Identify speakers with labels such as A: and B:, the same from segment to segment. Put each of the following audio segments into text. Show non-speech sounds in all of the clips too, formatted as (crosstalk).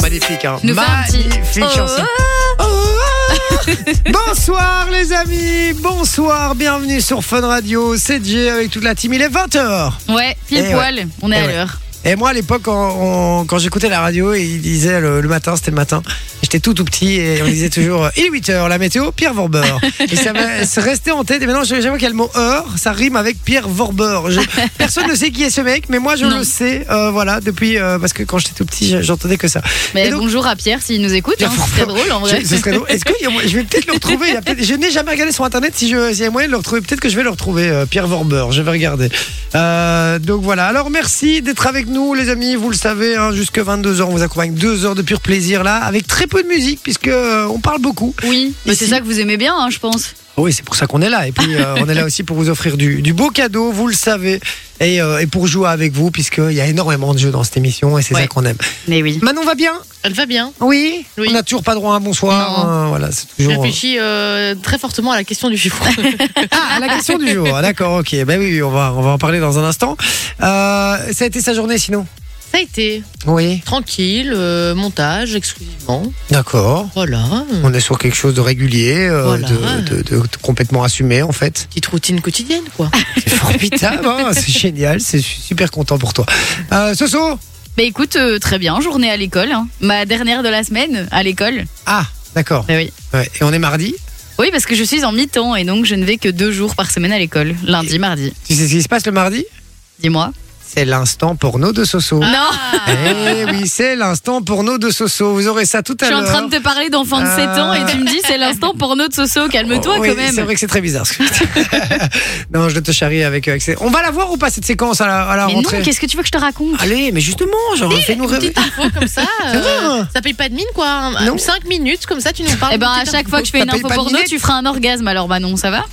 A: magnifique. hein.
B: Nous fait un petit-
A: magnifique
B: Oh,
A: chanson. oh. Bonsoir les amis, bonsoir, bienvenue sur Fun Radio, c'est Jay avec toute la team, il est 20h.
B: Ouais, pile
A: Eh ouais.
B: poil, on est
A: Eh
B: à
A: ouais.
B: l'heure.
A: Et moi à l'époque quand, on- quand j'écoutais la radio, il disait le, le matin, c'était le matin, j'étais tout tout petit et on disait toujours (laughs) il est 8h, la météo, Pierre Vorber. Et ça m'a- c'est resté en tête et maintenant je- j'avoue qu'il y a le mot heure, ça rime avec Pierre Vorber.
B: (laughs)
A: Je- personne ne sait qui est ce mec, mais moi je
B: Non.
A: le sais, euh, voilà, depuis, euh, parce que quand j'étais tout petit j'- j'entendais que ça.
B: Mais
A: Et donc-
B: bonjour à Pierre s'il nous écoute,
A: Pierre
B: hein, ce serait drôle en vrai.
A: Je- ce
C: (laughs)
A: serait drôle. Est-ce que je vais peut-être le retrouver il y a peut-être- Je n'ai jamais regardé sur internet si je- s'il y a moyen de le retrouver. Peut-être que je vais le retrouver, euh, Pierre Vorber. Je vais regarder. Euh, donc voilà. Alors merci d'être avec nous, les amis. Vous le savez, hein, jusque 22h, on vous accompagne deux heures de pur plaisir là, avec très peu de musique puisque euh, on parle beaucoup.
B: Oui, mais c'est
A: Ici.
B: ça que vous aimez bien, hein, je pense.
A: Oui, c'est pour ça qu'on est là. Et puis euh, on est là aussi pour vous offrir du, du beau cadeau, vous le savez, et, euh, et pour jouer avec vous puisqu'il y a énormément de jeux dans cette émission et c'est
B: Ouais.
A: ça qu'on aime.
B: Mais oui.
A: Manon va bien
C: Elle va bien.
A: Oui.
C: Oui.
A: On n'a toujours pas droit à un bonsoir.
C: Non.
A: hein, voilà, c'est
C: Je
A: toujours.
C: réfléchis euh, très fortement à la question du chiffre.
A: Ah, la question du
B: (laughs)
A: jour. Ah, D'accord, ok. Ben oui, on va, on va en parler dans un instant. Euh, ça a été sa journée sinon
C: Ça a été
A: Oui.
C: tranquille, euh, montage exclusivement.
A: D'accord.
C: Voilà, euh,
A: On est sur quelque chose de régulier, euh,
C: Voilà.
A: de, de- de- de complètement assumé en fait.
C: petite routine quotidienne quoi.
A: C'est (laughs) formidable, hein, c'est génial, c'est je suis super content pour toi. Euh, Soso
B: Bah écoute, euh, très bien, journée à l'école. hein. Ma dernière de la semaine à l'école.
A: Ah, d'accord.
B: Bah oui.
A: Ouais, Et on est mardi.
B: Oui, parce que je suis en mi-temps et donc je ne vais que deux jours par semaine à l'école, lundi, mardi.
A: Tu sais ce qui se passe le mardi
B: Dis-moi.
A: C'est l'instant porno de Soso.
B: Ah.
A: Eh oui, c'est l'instant porno de Soso. Vous aurez ça tout
B: Je
A: à
B: suis
A: l'heure.
B: en train de te parler d'enfant de
A: Euh.
B: 7 ans et tu me dis c'est l'instant porno de Soso, calme-toi
A: Oui,
B: quand
A: C'est
B: même.
A: vrai que c'est très bizarre. ce que je dis. (laughs) non, je te charrie avec. euh, avec ces- On va la voir ou pas cette séquence à la, à la
B: Mais non,
A: rentrée
B: qu'est-ce que tu veux que je te raconte
A: Allez, mais justement, genre, fais-nous
C: Une
A: rêver.
C: petite info comme ça.
A: C'est vrai,
C: euh,
A: hein
C: ça paye pas de mine quoi.
A: Non.
C: 5 minutes comme ça tu
A: Ah,
C: nous parles.
B: Eh ben
C: d'une
B: à
C: petite
B: chaque fois que je fais
A: Ça
B: une
A: paye
B: info
A: pas de
B: porno,
A: minute.
B: tu feras un orgasme alors Manon, ça va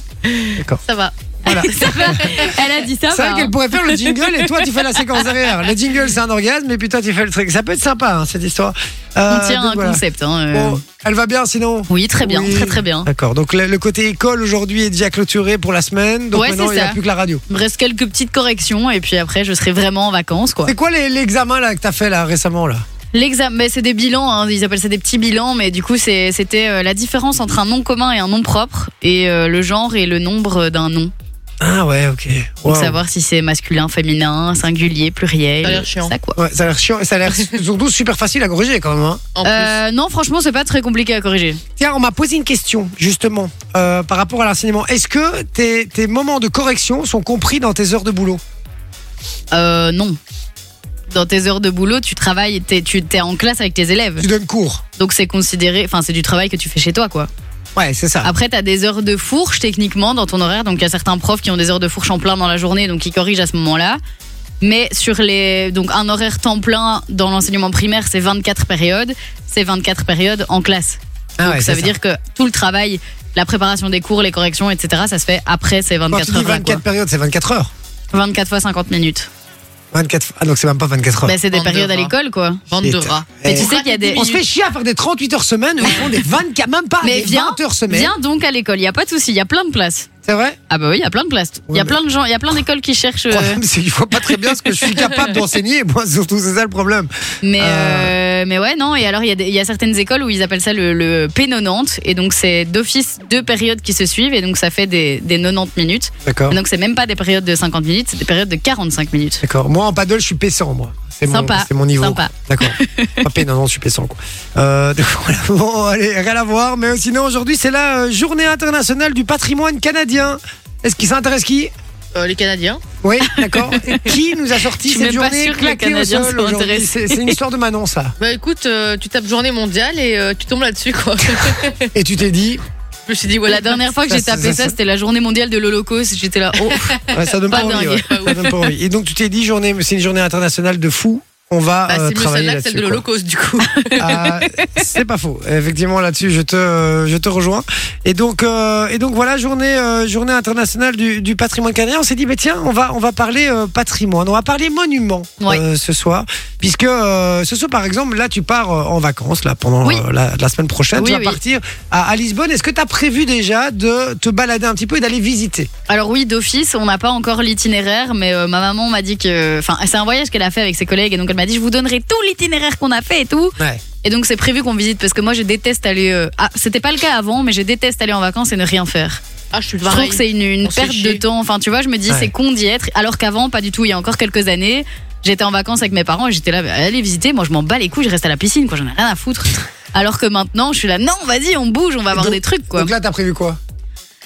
A: D'accord.
C: Ça va.
A: Voilà.
B: (laughs) Ça va Elle a dit ça
A: C'est
B: va.
A: vrai qu'elle
B: hein.
A: pourrait faire le jingle et toi tu fais la séquence derrière. Le jingle c'est un orgasme et puis toi tu fais le truc. Ça peut être sympa hein, cette histoire. Euh,
B: On tient
A: donc
B: un
A: voilà.
B: concept. hein, euh.
A: Bon, elle va bien sinon.
B: Oui, très bien,
A: Oui.
B: très très bien.
A: D'accord. Donc le, le côté école aujourd'hui est déjà clôturé pour la semaine. Donc
B: Ouais,
A: maintenant
B: c'est
A: il n'y a
B: ça.
A: plus que la radio.
B: Il me reste quelques petites corrections et puis après je serai vraiment en
A: (laughs)
B: vacances quoi.
A: C'est quoi les- l'examen là que t'as fait là récemment là
B: L'examen, mais c'est des bilans, hein, ils appellent ça des petits bilans, mais du coup c'est- c'était euh, la différence entre un nom commun et un nom propre et euh, le genre et le nombre d'un nom.
A: Ah ouais, ok.
B: Pour
A: Wow.
B: savoir si c'est masculin, féminin, singulier, pluriel.
C: Ça a l'air chiant.
B: Ça quoi.
A: Ouais, ça a l'air chiant, ça a
B: (laughs)
A: l'air surtout super facile à corriger quand même. hein.
C: En plus.
B: Euh, non, franchement, c'est pas très compliqué à corriger.
A: Tiens, on m'a posé une question, justement, euh, par rapport à l'enseignement. Est-ce que tes, tes moments de correction sont compris dans tes heures de boulot
B: Euh, non. Dans tes heures de boulot, tu travailles, t'es- tu es en classe avec tes élèves.
A: Tu donnes cours
B: Donc c'est considéré, enfin c'est du travail que tu fais chez toi quoi.
A: Ouais, c'est ça.
B: Après, t'as des heures de fourche techniquement dans ton horaire. Donc, il y a certains profs qui ont des heures de fourche en plein dans la journée, donc ils corrigent à ce moment-là. Mais sur les. Donc, un horaire temps plein dans l'enseignement primaire, c'est 24 périodes. C'est 24 périodes en classe.
A: Ah
B: donc,
A: ouais,
B: ça
A: c'est
B: veut dire que tout le travail, la préparation des cours, les corrections, etc., ça se fait après ces
A: Quand tu
B: 24
A: dis
B: heures.
A: 24 périodes, c'est 24 heures.
B: 24 fois 50 minutes.
A: 24... Ah, donc c'est même pas 24 heures.
B: Bah, c'est des
C: Bande de
B: périodes à
C: rats.
B: l'école, quoi.
C: Bande de
A: shit.
C: rats.
A: Eh,
B: Mais tu sais qu'il y a des.
A: on se fait chier à faire des 38 heures semaine, ils font
B: (laughs)
A: des 24, même pas
B: Mais
A: des
B: viens,
A: 20 heures semaine.
B: Viens donc à l'école, il n'y a pas de souci, il y a plein de places.
A: C'est vrai
B: Ah, bah oui, il y a plein de places. Il y
A: Ouais,
B: a
A: mais-
B: plein de gens, il y a plein d'écoles qui cherchent.
A: Le
B: euh,
A: problème, c'est qu'ils voient pas très bien ce que je suis capable d'enseigner, moi, surtout, c'est ça le problème.
B: Mais,
A: Euh.
B: euh, mais ouais, non. Et alors, il y a des- il y, a certaines écoles où ils appellent ça le, le P90. Et donc, c'est d'office deux périodes qui se suivent. Et donc, ça fait des, des 90 minutes.
A: D'accord.
B: Et donc, c'est même pas des périodes de 50 minutes, c'est des périodes de 45 minutes.
A: D'accord. Moi, en paddle, je suis pécent, moi. C'est mon,
B: Sympa,
A: c'est mon niveau.
B: sympa. (laughs)
A: D'accord. Pas pénant, non, je suis pécent, quoi. Euh, donc, (laughs) voilà. bon, allez, rien à voir. Mais euh, sinon, aujourd'hui, c'est la euh, journée internationale du patrimoine canadien. Est-ce qu'il s'intéresse qui
C: Euh, les Canadiens.
A: Oui,
B: (laughs)
A: d'accord. Et qui nous a sorti
B: Je suis
A: cette
B: même pas
A: journée
B: sûre que les
A: claquée au
B: Canadiens
A: sol
B: soient
A: aujourd'hui
B: intéressés.
A: C'est c'est une histoire de Manon, ça.
C: Bah écoute, euh, tu tapes journée mondiale et euh, tu tombes là-dessus quoi. (laughs)
A: Et tu t'es dit,
C: Je me suis dit ouais.
B: La dernière fois que
A: Ça,
B: j'ai
A: c'est-
B: tapé
A: ça,
B: ça,
A: c'est-
B: c'était la journée mondiale de l'Holocauste. J'étais (laughs) là, oh.
A: ouais, ça donne pas,
B: Pas
A: envie.
B: dingue.
A: ouais. Ça donne pas envie. Et donc, tu t'es dit, journée, c'est une journée internationale de fou. On va
C: Bah,
A: euh,
C: c'est mieux
A: travailler
C: celle-là que
A: là-dessus.
C: celle de
A: quoi.
C: l'Holocauste du coup.
A: Ah, c'est pas faux. Effectivement, là-dessus, je te, euh, je te rejoins. Et donc, euh, et donc voilà, journée, euh, journée internationale du, du patrimoine canadien. On s'est dit, mais tiens, on va, on va parler euh, patrimoine, on va parler monument
B: Ouais.
A: euh, ce soir, puisque euh, ce soir, par exemple, là, tu pars euh, en vacances là pendant
B: Oui.
A: euh, la, la semaine prochaine.
B: Oui,
A: tu vas
B: oui.
A: partir à, à Lisbonne. Est-ce que tu as prévu déjà de te balader un petit peu et d'aller visiter
B: Alors oui, d'office, on n'a pas encore l'itinéraire, mais euh, ma maman m'a dit que, enfin, c'est un voyage qu'elle a fait avec ses collègues, et donc elle m'a dit, je vous donnerai tout l'itinéraire qu'on a fait et tout.
A: Ouais.
B: Et donc c'est prévu qu'on visite parce que moi je déteste aller. euh, ah, c'était pas le cas avant, mais je déteste aller en vacances et ne rien faire.
C: Ah, je suis
B: Je trouve
C: pareil.
B: que c'est une, une
C: On se fait
B: perte de
C: chier.
B: temps. Enfin, tu vois, je me dis
A: Ouais.
B: c'est con d'y être. Alors qu'avant, pas du tout. Il y a encore quelques années, j'étais en vacances avec mes parents et j'étais là, bah, allez visiter. Moi, je m'en bats les couilles, je reste à la piscine, quoi. J'en ai rien
A: (laughs)
B: à foutre. Alors que maintenant, je suis là, non, vas-y, on bouge, on va voir
A: donc-
B: des trucs, quoi.
A: Donc là, t'as prévu quoi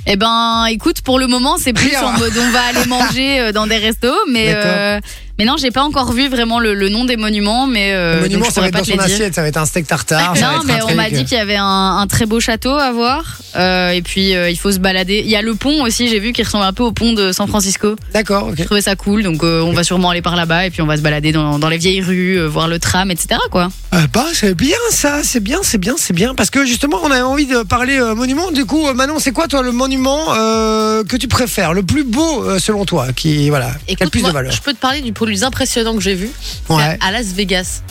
B: Eh ben, écoute, pour le moment, c'est plus
A: Rien.
B: en mode on
A: (laughs)
B: va aller manger euh, dans des restos, mais
A: D'accord.
B: euh, mais non, j'ai pas encore vu vraiment le, le nom des monuments, mais euh,
A: Le monument,
B: donc je
A: ça va
B: pourrais
A: être
B: pas
A: dans
B: te
A: son
B: les dire.
A: assiette, ça va être un steak
B: (laughs)
A: tartare. ça va
B: Non,
A: être un
B: mais on
A: truc,
B: m'a dit
A: euh,
B: qu'il y avait un, un très beau château à voir, euh, et puis euh, il faut se balader. Il y a le pont aussi, j'ai vu qui ressemble un peu au pont de San Francisco.
A: D'accord, ok.
B: Je trouvais ça cool, donc euh, on va sûrement aller par là-bas, et puis on va se balader dans, dans les vieilles rues, euh, voir le tram, etc. Quoi.
A: Ah bah, c'est bien ça, c'est bien, c'est bien, c'est bien. Parce que justement, on avait envie de parler euh, monument. Du coup, euh, Manon, c'est quoi toi le monument euh, que tu préfères, le plus beau euh, selon toi, qui voilà, qui a le
C: Écoute,
A: plus
C: moi,
A: de valeur
C: Je peux te parler du plus impressionnant que j'ai vu. C'est
A: Ouais.
C: À Las Vegas.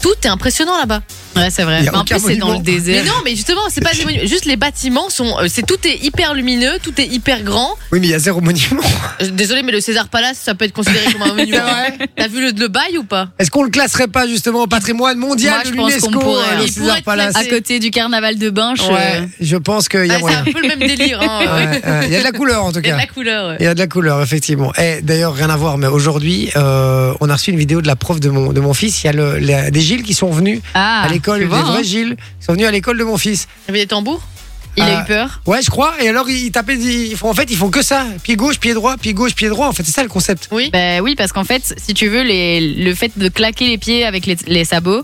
C: Tout est impressionnant là-bas.
B: Ouais, c'est vrai.
A: Il y a
B: Mais en
A: aucun
B: plus, c'est dans le
A: monument.
B: désert.
C: Mais non, mais justement, c'est pas des monuments. Juste les bâtiments sont. euh, C'est tout est hyper lumineux, tout est hyper grand. Euh,
A: Oui, mais il y a zéro monument. (laughs)
C: Désolé, mais le César Palace, ça peut être considéré comme un monument. T'as vu le, le bail ou pas
A: Est-ce qu'on le classerait pas justement au patrimoine mondial
B: Moi, je
A: de
B: pense qu'on
A: l'UNESCO
B: pourrait,
A: euh,
B: hein.
A: le
C: Il pourrait
A: César
C: être
A: Palace
B: à côté du carnaval de Binche. euh,
A: Ouais, je pense qu'il y a
C: Ah, C'est
A: moyen.
C: un peu le même délire.
A: (laughs)
C: hein.
A: Ouais, ouais, Il y a de la couleur en tout
C: (laughs) Il y a
A: cas.
C: de la couleur. euh. ouais.
A: Il y a de la couleur, effectivement. Et d'ailleurs, rien à voir, mais aujourd'hui, euh, on a reçu une vidéo de la prof de mon, de mon fils. Il y a le- la- des Gilles qui sont venus
B: Ah,
A: à l'école,
B: tu
A: des
B: vois, hein.
A: vrais Gilles, qui sont venus à l'école de mon fils.
C: Il y avait des tambours
B: Il a
A: Ah.
B: eu peur.
A: Ouais, je crois. Et alors, ils tapaient. Ils font, en fait, ils font que ça. Pied gauche, pied droit, pied gauche, pied droit. En fait, c'est ça le concept.
C: Oui.
B: Ben oui, parce qu'en fait, si tu veux, les- le fait de claquer les pieds avec les, les sabots,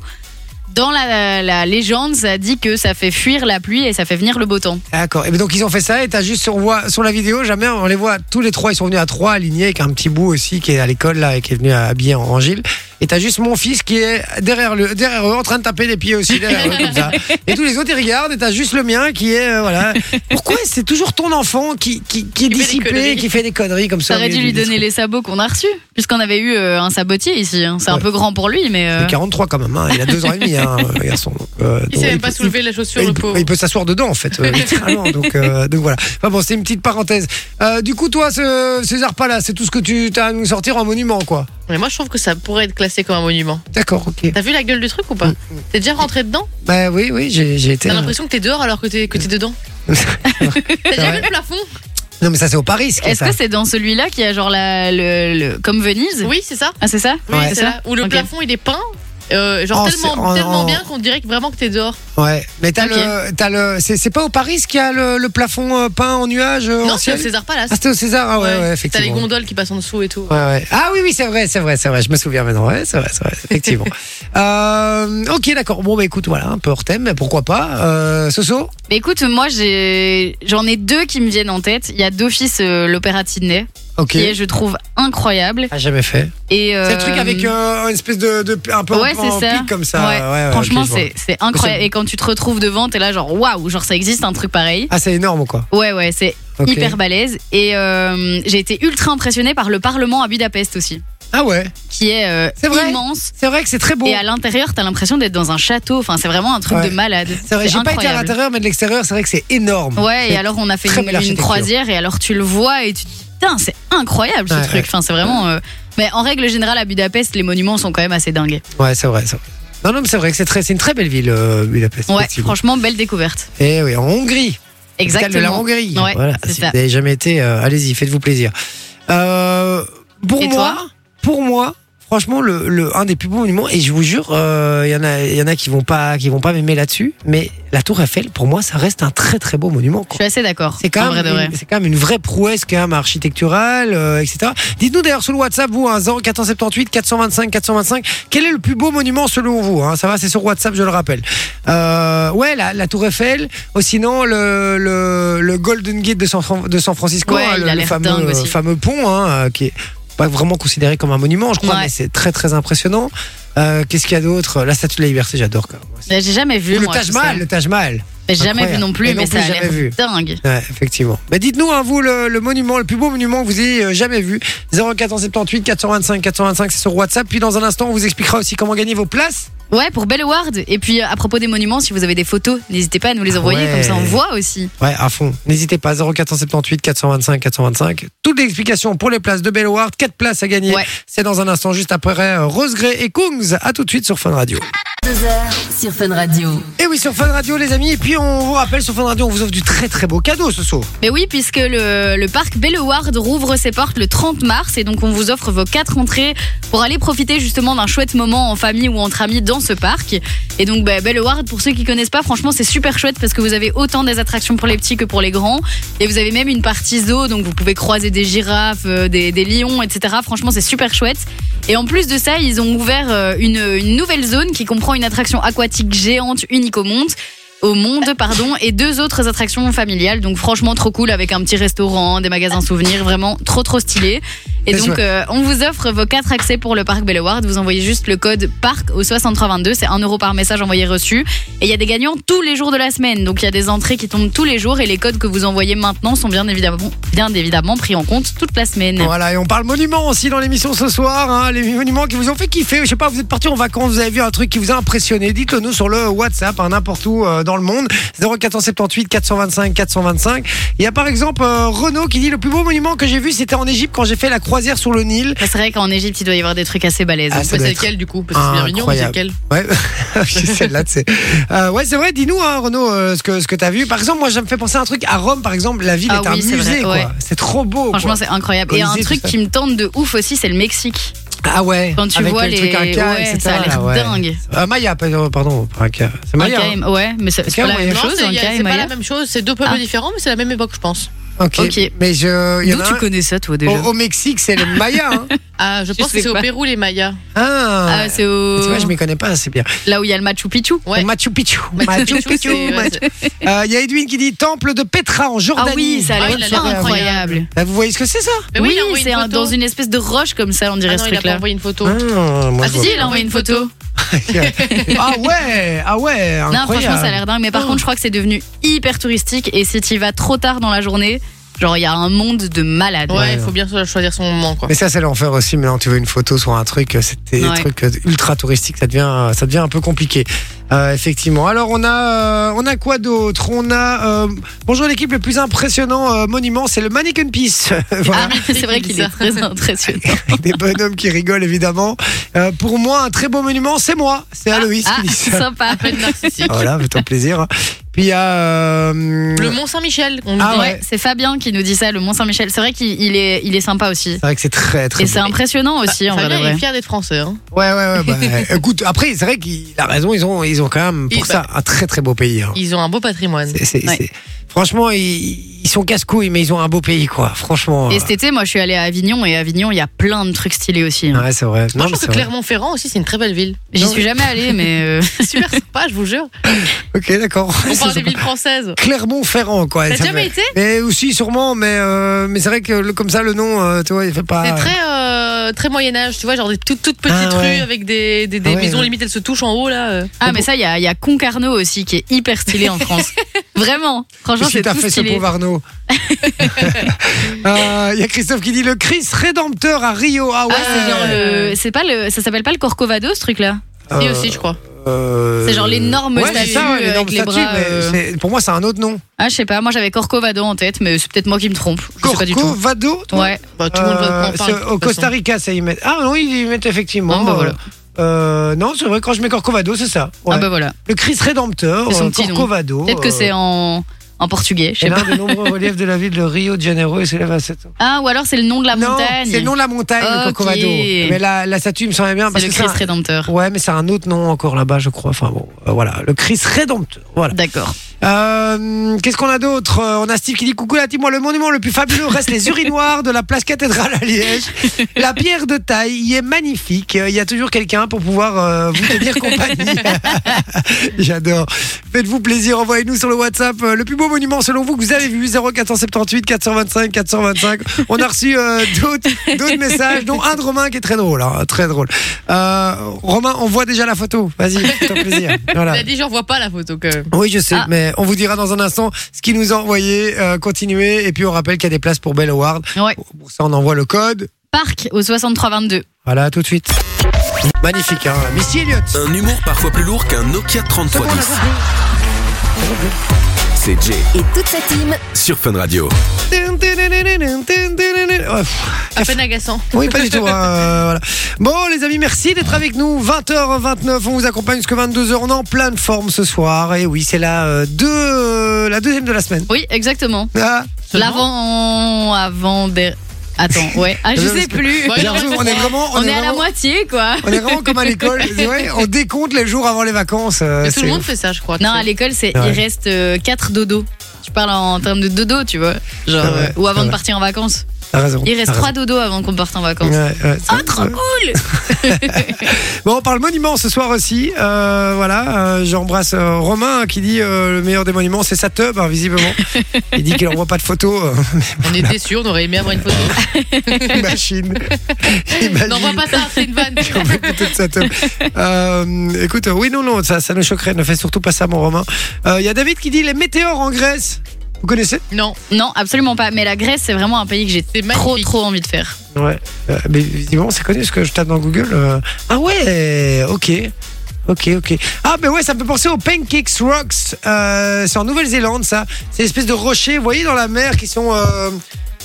B: dans la, la légende, ça dit que ça fait fuir la pluie et ça fait venir le beau temps.
A: D'accord. Et ben, donc, ils ont fait ça. Et t'as juste, on voit sur la vidéo, jamais on les voit tous les trois. Ils sont venus à trois alignés avec un petit bout aussi qui est à l'école là et qui est venu habillé en, en Gilles. Et t'as juste mon fils qui est derrière, le, derrière eux en train de taper les pieds aussi. derrière eux, comme
B: (laughs)
A: ça. Et tous les autres, ils regardent. Et t'as juste le mien qui est. euh, voilà. Pourquoi c'est toujours ton enfant qui, qui, qui est
C: Qui fait des
A: dissipé,
C: conneries.
A: qui fait des conneries comme ça
B: T'aurais
A: au
B: dû
A: milieu
B: lui
A: du-
B: donner les sabots qu'on a reçus, puisqu'on avait eu euh, un sabotier ici. hein. C'est un
A: Ouais.
B: peu grand pour lui, mais. euh,
A: Il est 43 quand même. hein. Il a deux ans et demi,
C: (laughs)
A: hein, le garçon. Euh,
C: Il
A: donc,
C: s'est même
A: il
C: pas
A: peut-
C: soulevé la chaussure,
A: il,
C: le
A: peut-
C: pauvre.
A: il peut s'asseoir dedans en fait,
C: (laughs)
A: euh, littéralement. Donc, euh, donc voilà. Enfin bon, c'est une petite parenthèse. Euh, du coup, toi, ce, César Palace, c'est tout ce que tu as à nous sortir en monument, quoi.
C: Mais moi, je trouve que ça pourrait être classé comme un monument.
A: D'accord, ok.
C: T'as vu la gueule du truc ou pas
A: Mm.
C: T'es déjà rentré dedans
A: Bah oui, oui, j'ai j'ai été. euh,
C: T'as l'impression que t'es dehors alors que t'es que
A: Mm.
C: t'es
A: (laughs)
C: dedans (laughs) T'as déjà
A: Ouais.
C: vu le plafond
A: Non, mais ça, c'est au Paris, ce qui est
B: Est-ce
A: ça.
B: que c'est dans celui-là qui a genre la, le, le- comme Venise
C: Oui, c'est ça.
B: Ah, c'est ça
C: Oui,
A: Mm. Ouais.
C: c'est
B: C'est
C: ça. Où le
B: Ok.
C: plafond il est peint, euh, genre
A: Oh, c'est-
C: tellement,
A: en-
C: tellement
A: en-
C: bien qu'on dirait que vraiment que t'es dehors.
A: Ouais. Mais t'as
B: Ok.
A: le, t'as le, c'est c'est pas au Paris qu'il y a le, le plafond euh, peint en nuages euh, en
C: non, c'est
A: ciel.
C: le César Palace.
A: Ah, c'était au César. Ah ouais, ouais,
C: T'as les
A: effectivement.
C: gondoles qui passent en dessous et tout.
A: Ouais, ouais. Ah oui, oui, c'est vrai, c'est vrai, c'est vrai. Je me souviens maintenant. Ouais, c'est vrai, c'est vrai, effectivement.
B: (laughs)
A: Euh, ok, d'accord. Bon, bah écoute, voilà, un peu hors thème, mais pourquoi pas. Euh, Soso
B: Mais Bah, écoute, moi, j'ai- j'en ai, deux qui me viennent en tête. Il y a d'office euh, l'opéra de Sydney,
A: Ok.
B: qui est, je trouve, incroyable.
A: Ah, jamais fait.
B: Et,
A: C'est
B: euh,
A: le truc avec euh, une espèce de, de- un peu
B: Ouais,
A: en- en
B: c'est ça.
A: pic comme ça.
B: Ouais.
A: Ouais, ouais,
B: Franchement,
A: ok, je vois.
B: c'est- c'est incroyable. Et quand tu te retrouves devant, t'es là, genre, waouh, genre ça existe un truc pareil.
A: Ah, c'est énorme quoi.
B: Ouais, ouais, c'est
A: Ok.
B: hyper balèze. Et euh, j'ai été ultra impressionnée par le Parlement à Budapest aussi,
A: Ah ouais.
B: qui est, euh,
A: C'est vrai
B: immense.
A: C'est vrai que c'est très beau.
B: Et à l'intérieur, t'as l'impression d'être dans un château. Enfin, c'est vraiment un truc
A: Ouais.
B: de malade.
A: C'est vrai, j'ai pas été à
B: incroyable.
A: l'intérieur, mais de l'extérieur, c'est vrai que c'est énorme.
B: Ouais,
A: C'est
B: et alors on a fait
A: très
B: une,
A: belle
B: une
A: architecture.
B: croisière, et alors tu le vois et tu te dis, putain, c'est incroyable ce
A: Ouais,
B: truc.
A: ouais.
B: Enfin, c'est vraiment. euh, Mais en règle générale, à Budapest, les monuments sont quand même assez dingues.
A: Ouais, c'est vrai. c'est vrai. Non, non, mais c'est vrai que c'est très, c'est une très belle ville, euh, Budapest.
B: Ouais,
A: effectivement.
B: franchement, belle découverte.
A: Et oui, en Hongrie. capitale de la
B: Exactement.
A: Hongrie.
B: Ouais,
A: voilà.
B: c'est
A: Si
B: ça.
A: vous n'avez jamais été, euh, allez-y, faites-vous plaisir. Euh, pour
B: Et
A: moi,
B: toi
A: pour moi, franchement, le, le- un des plus beaux monuments, et je vous jure, euh, il y en a, il y en a qui vont pas, qui vont pas m'aimer là-dessus, mais la Tour Eiffel, pour moi, ça reste un très très beau monument.
B: Je
A: quoi.
B: suis assez d'accord.
A: C'est quand,
B: en vrai
A: même
B: de vrai.
A: une- c'est quand même une vraie prouesse quand même architecturale, euh, etc. Dites-nous d'ailleurs sur le WhatsApp, vous, hein, 0478 425 425, quel est le plus beau monument selon vous hein, Ça va, c'est sur WhatsApp, je le rappelle. Euh, ouais, la, la Tour Eiffel, ou sinon le, le, le Golden Gate de San, Fran- de San Francisco,
B: Ouais, il
A: le,
B: a
A: le
B: l'air
A: fameux,
B: dingue aussi.
A: euh, fameux pont, hein, euh, qui est pas vraiment considéré comme un monument, je crois,
B: Ouais.
A: mais c'est très très impressionnant. Euh, Qu'est-ce qu'il y a d'autre La Statue de la Liberté, j'adore quand même.
B: Mais J'ai jamais vu.
A: Ou le
B: moi,
A: Taj
B: tout ça.
A: Mahal, le Taj Mahal.
B: J'ai jamais vu
A: Incroyable.
B: non plus,
A: Et non
B: mais
A: plus,
B: ça a
A: jamais
B: l'air
A: vu.
B: dingue.
A: Ouais, effectivement. Bah, dites-nous, hein, vous, le, le monument, le plus beau monument que vous ayez euh, jamais vu. 0478 425 425, c'est sur WhatsApp. Puis dans un instant, on vous expliquera aussi comment gagner vos places
B: Ouais, pour Belle Award. Et puis euh, à propos des monuments, si vous avez des photos, n'hésitez pas à nous les envoyer,
A: ouais.
B: comme ça on voit aussi.
A: Ouais, à fond. N'hésitez pas, 0478 425 425. Toutes les explications pour les places de Belle Award, 4 places à gagner.
B: Ouais.
A: C'est dans un instant, juste après euh, Rose Gray et Kungs. À tout de suite sur Fun Radio.
D: 2h sur Fun Radio.
A: Et oui, sur Fun Radio, les amis. Et puis, on vous rappelle, sur Fun Radio, on vous offre du très très beau cadeau ce soir.
B: Mais oui, puisque le, le parc Belleward rouvre ses portes le 30 mars et donc on vous offre vos quatre entrées pour aller profiter justement d'un chouette moment en famille ou entre amis dans ce parc. Et donc bah, Belleward, pour ceux qui connaissent pas, franchement c'est super chouette parce que vous avez autant des attractions pour les petits que pour les grands et vous avez même une partie zoo donc vous pouvez croiser des girafes, euh, des, des lions, etc. Franchement c'est super chouette. Et en plus de ça, ils ont ouvert euh, une, une nouvelle zone qui comprend une attraction aquatique géante unique au monde au monde, pardon, et deux autres attractions familiales. Donc franchement trop cool avec un petit restaurant, des magasins souvenirs, vraiment trop trop stylé. Et
A: Bien sûr.
B: donc euh, on vous offre vos quatre accès pour le parc Belleward. Vous envoyez juste le code parc au 6322, c'est 1 euro par message envoyé reçu. Et il y a des gagnants tous les jours de la semaine. Donc il y a des entrées qui tombent tous les jours et les codes que vous envoyez maintenant sont bien évidemment, bien évidemment pris en compte toute la semaine.
A: Voilà, et on parle monuments aussi dans l'émission ce soir. hein, les monuments qui vous ont fait kiffer. Je sais pas, vous êtes partis en vacances, vous avez vu un truc qui vous a impressionné. Dites-le nous sur le WhatsApp, hein, n'importe où euh, dans le monde. 0478 425 425. Il y a par exemple euh, Renaud qui dit le plus beau monument que j'ai vu, c'était en Égypte quand j'ai fait la croisière sur le Nil.
B: Bah, C'est vrai qu'en Égypte, il doit y avoir des trucs assez balèzes.
A: Ah,
B: hein.
A: ça
C: C'est
A: doit être-
C: lequel du coup Parce que c'est bien mignon, mais c'est
A: Incroyable.
C: lequel
A: Ouais, (laughs) C'est celle-là, tu sais. Euh, ouais, c'est vrai, dis-nous, hein, Renaud, euh, ce que, ce que t'as vu. Par exemple, moi, ça me fait penser à un truc. À Rome, par exemple, la ville
B: Ah
A: est
B: oui,
A: un
B: c'est vrai,
A: musée, quoi.
B: ouais.
A: C'est trop beau. quoi.
B: Franchement, c'est incroyable. Et un
A: Colisée,
B: truc
A: tout ça.
B: qui me tente de ouf aussi, c'est le Mexique.
A: Ah ouais,
B: Quand tu
A: avec
B: vois
A: le
B: les-
A: truc Inca,
B: ouais,
A: etc.,
B: ça a l'air
A: là, ouais.
B: dingue.
A: Euh, Maya, pardon, pardon, pas Inca. C'est Maya.
B: Inca et-
A: hein.
B: ouais, mais c'est c'est
A: Inca
B: pas
A: ou hein,
B: la
A: Maya
B: même
C: Non,
B: chose.
C: c'est
B: Inca et
C: c'est pas
B: Maya.
C: la même chose, c'est deux peuples
B: Ah.
C: différents, mais c'est la même époque, je pense.
A: Ok.
B: Ok.
A: Mais je, il y en
B: D'où
A: a
B: tu
A: un-
B: connais ça, toi, déjà
A: au, au Mexique, c'est le Maya.
B: (laughs)
A: hein.
C: Ah, je,
B: Je
C: pense
B: sais
C: que c'est au
B: pas.
C: Pérou,
A: (laughs)
C: les Mayas.
A: Ah.
B: Ah, c'est
A: Tu
B: au...
A: vois, je m'y connais pas assez bien.
B: là où il y a le Machu Picchu.
C: Ouais.
A: Machu Picchu.
C: Machu
A: Machu
C: Picchu,
A: Picchu.
C: c'est- ouais,
A: Machu- Euh, Il y a Edwin qui dit Temple de Petra en
B: Ah
A: Jordanie.
B: oui, ça a
C: Ah,
B: l'air
C: il a l'air
B: incroyable.
C: incroyable.
A: Là, vous voyez ce que c'est ça
C: Mais
B: oui,
C: il a envoyé
B: c'est
C: une
B: un-
C: photo.
B: dans une espèce de roche comme ça, on dirait
C: Ah non,
B: ce
C: il a pas
B: truc-là.
C: envoyé une photo.
A: Ah, moi,
C: Ah,
A: je
C: si,
A: vois
B: Si, il a envoyé une photo. (laughs)
A: ah ouais, ah ouais, incroyable.
B: Non, franchement, ça a l'air dingue. Mais par
A: Oh.
B: contre, je crois que c'est devenu hyper touristique. Et si tu vas trop tard dans la journée, genre, il y a un monde de malades.
C: Ouais, il
A: Ouais.
C: faut bien so- choisir son moment, quoi.
A: Mais ça, c'est l'enfer aussi. Maintenant, tu veux une photo sur un truc, c'était des
B: Ouais.
A: trucs euh, ultra touristiques, ça devient, ça devient un peu compliqué. Euh, effectivement. Alors, on a, euh, on a quoi d'autre On a. euh, bonjour l'équipe, le plus impressionnant euh, monument, c'est le Mannequin Peace. (laughs) voilà.
B: Ah, (laughs) c'est vrai qu'il est très impressionnant.
A: Des bonhommes qui rigolent, évidemment. Euh, pour moi, un très beau monument, c'est moi. C'est Aloïs
B: Ah,
A: qui dit ça.
B: sympa.
C: Narcissique.
A: (laughs) Voilà, fais-toi plaisir. hein. Puis il y a. euh,
C: Le Mont Saint-Michel, on nous
A: Ah
C: dit.
A: ouais.
B: C'est Fabien qui nous dit ça, le Mont-Saint-Michel. C'est vrai qu'il il est, il est sympa aussi.
A: C'est vrai que c'est très, très
B: Et
A: beau.
B: c'est impressionnant aussi, en vrai. de
C: Fabien Ah, il
B: vrai.
C: est fier d'être français. Hein.
A: Ouais, ouais, ouais. bah, euh, écoute, après, c'est vrai qu'il a raison. Ils ont, ils ont quand même, pour
C: Il-
A: ça, un très, très beau pays. hein.
C: Ils ont un beau patrimoine.
A: C'est- c'est-
B: Ouais.
A: c'est- Franchement, ils, ils sont casse-couilles, mais ils ont un beau pays, quoi. Franchement.
B: Et
A: euh,
B: cet été, moi, je suis allée à Avignon et à Avignon, il y a plein de trucs stylés aussi. hein.
A: euh, Ouais, c'est vrai.
C: Moi,
A: Non,
C: je
A: mais
C: pense
A: c'est
C: que
A: vrai.
C: Clermont-Ferrand aussi, c'est une très belle ville. (laughs)
B: J'y suis jamais allée, mais
A: (laughs)
B: euh,
C: Super sympa, je vous jure.
A: Ok, d'accord.
C: On
A: (laughs) C'est
C: parle des
A: sympa.
C: villes françaises.
A: Clermont-Ferrand, quoi.
C: T'as
A: Ça
C: jamais
A: fait-
C: été
A: Mais aussi, sûrement, mais, euh, mais c'est vrai que le, comme ça, le nom, euh, tu vois, il fait pas.
C: C'est très, euh, très Moyen-Âge, tu vois, genre des tout- toutes petites
A: Ah ouais.
C: rues avec des, des, des
A: Ah ouais,
C: maisons
A: ouais.
C: limite, elles se touchent en haut là. euh.
B: ah, mais ça, il y a, il y a Concarneau aussi qui est hyper stylé en (laughs) France. Vraiment, franchement,
A: Qu'est-ce que
B: c'est
A: t'as
B: tout
A: fait ce
B: stylé.
A: pauvre
B: (laughs)
A: Arnaud Euh, Il y a Christophe qui dit le Christ rédempteur à Rio. Ah ouais.
B: Ah, c'est genre le, c'est pas le, ça s'appelle pas le Corcovado ce truc-là.
C: Si
A: Euh,
C: aussi, je crois.
A: euh,
B: C'est genre l'énorme
A: ouais, c'est ça,
B: statue
A: l'énorme
B: avec les
A: statue,
B: bras,
A: mais
B: euh,
A: c'est- Pour moi, c'est un autre nom.
B: Ah, je sais pas. Moi, j'avais Corcovado en tête, mais c'est peut-être moi qui me trompe. Je sais pas du tout.
A: Corcovado toi
B: Ouais.
C: Bah, tout le monde
A: Euh,
C: va en parler.
A: c'est Au Costa Rica, ça y met. Ah non, ils y mettent effectivement.
B: Ah, bah voilà.
A: euh, non, c'est vrai, quand je mets Corcovado, c'est ça. Ouais.
B: Ah bah voilà.
A: Le Christ Rédempteur,
B: C'est son
A: euh,
B: petit nom.
A: Corcovado.
B: Peut-être que c'est
A: euh, eh
B: en, en portugais. Je
A: est
B: sais pas.
A: l'un des
B: (laughs)
A: nombreux reliefs de la ville de Rio de Janeiro et s'élève à 7 ans.
B: Ah, ou alors c'est le nom de la
A: ben, non,
B: montagne.
A: c'est le nom de la montagne, le
B: Ok.
A: Corcovado. Mais la, la statue me semblait bien
B: C'est
A: parce
B: le
A: que c'est
B: Christ
A: un-
B: rédempteur.
A: Ouais, mais c'est un autre nom encore là-bas, je crois. Enfin bon, euh, voilà, le Christ Rédempteur. Voilà.
B: D'accord.
A: Euh, Qu'est-ce qu'on a d'autre Euh, On a Steve qui dit coucou la team. Moi, le monument le plus fabuleux reste les urinoirs de la place cathédrale à Liège. La pierre de taille y est magnifique. Euh, Il y a toujours quelqu'un pour pouvoir euh, vous tenir compagnie. (laughs) J'adore. Faites-vous plaisir. Envoyez-nous sur le WhatsApp euh, le plus beau monument selon vous que vous avez vu 0478 425 425. On a reçu euh, d'autres d'autres messages, dont un de Romain qui est très drôle. hein, très drôle. Euh, Romain, on voit déjà la photo. Vas-y, fais-toi plaisir. Voilà.
C: Il a dit, j'en vois pas la photo quand même.
A: Oui, je sais,
B: Ah.
A: mais on vous dira dans un instant ce qu'ils nous ont envoyé. Euh, continuez. Et puis, on rappelle qu'il y a des places pour Bell Award.
B: Ouais.
A: Pour ça, on envoie le code.
B: Parc au 6322.
A: Voilà, à tout de suite. Magnifique, hein. Missy Elliott.
E: Un humour parfois plus lourd qu'un Nokia
A: C'est bon, on a
E: 3310.
A: compris.
E: C'est Jay
D: Et toute sa team.
E: sur Fun Radio.
A: Ouais, pff,
C: À peine agaçant.
A: Oui, pas du tout. hein, euh, voilà. Bon, les amis, merci d'être avec nous. 20h29, on vous accompagne jusqu'à 22h. On est en pleine forme ce soir. Et oui, c'est la, euh, deux, euh, la deuxième de la semaine.
B: Oui, exactement.
A: Ah,
B: L'avant. Avant. des- Attends, ouais. Ah, je
A: Parce
B: sais
A: que-
B: plus.
A: j'ai l'impression qu'on est vraiment,
B: On est à la
A: vraiment-
B: moitié, quoi.
A: on est vraiment comme à l'école. C'est vrai, on décompte les jours avant les vacances. euh,
C: Mais tout le
A: c'est
C: monde
A: ouf.
C: fait ça, je crois.
B: Non, à l'école, c'est
A: Ouais.
B: il reste 4 dodos. Je parle en termes de dodo, tu vois. Genre,
A: Ah ouais,
B: euh, ou
A: ah
B: avant
A: ouais.
B: de partir en vacances.
A: T'as raison.
B: Il reste
A: t'as
B: 3 dodos avant qu'on parte en vacances.
A: raison. Ouais, ouais,
B: Oh,
A: c'est-
B: trop cool
A: Bon, on parle monuments ce soir aussi. Euh, voilà, euh, j'embrasse euh, Romain hein, qui dit euh, le meilleur des monuments, c'est sa tub, hein,
C: (laughs)
A: visiblement. Il dit qu'il envoie pas de photos. euh,
C: On était sûrs, on aurait aimé avoir une photo.
A: Imagine. Imagine.
C: N'envoie pas ça, c'est
A: (laughs)
C: une vanne.
A: Peut-être ça te- Euh, écoute, euh, oui, non, non, ça, ça nous choquerait. Ne fais surtout pas ça, mon Romain. Euh, Il y a David qui dit les météores en Grèce. Vous connaissez
C: Non,
B: Non, absolument pas. Mais la Grèce, c'est vraiment un pays que j'ai
C: c'est
B: trop,
C: magnifique.
B: trop envie de faire.
A: Ouais. Euh, mais visiblement, c'est connu ce que je tape dans Google. euh. Ah ouais, ok. Ok, ok. Ah, ben ouais, ça me fait penser aux Pancakes Rocks. Euh, c'est en Nouvelle-Zélande, ça. C'est une espèce de rochers, vous voyez, dans la mer qui sont. euh,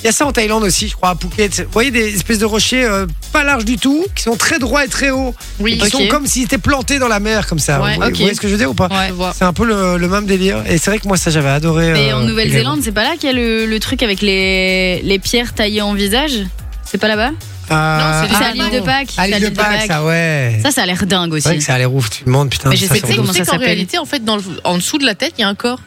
A: Il y a ça en Thaïlande aussi, je crois, à Phuket. Vous voyez, des espèces de rochers euh, pas larges du tout, qui sont très droits et très hauts.
C: Oui,
A: Ils sont
B: Ok.
A: comme s'ils étaient plantés dans la mer, comme ça.
C: Ouais,
A: vous, voyez-
C: ok.
A: vous voyez ce que je veux dire ou pas
C: Ouais. je vois.
A: C'est un peu le, le même délire. Et c'est vrai que moi, ça, j'avais adoré.
B: Mais
A: euh,
B: en Nouvelle-Zélande, c'est pas là qu'il y a le, le truc avec les, les pierres taillées en visage C'est pas là-bas
A: également. Euh,
C: Non, c'est
B: C'est
C: Ah,
B: à l'île de
C: non.
B: Pâques.
A: à
B: c'est à
A: l'île de Pâques, ça, ouais.
B: Ça, ça a l'air dingue
A: C'est vrai
B: aussi.
A: que ça a l'air ouf, tu me demandes, putain.
B: Mais je
A: ça,
B: sais
A: ça
C: Tu sais
A: me-
B: Comment
C: tu sais
B: ça
C: qu'en
B: s'appelle
C: réalité, en fait, dans le- en dessous de la tête, il y a un corps.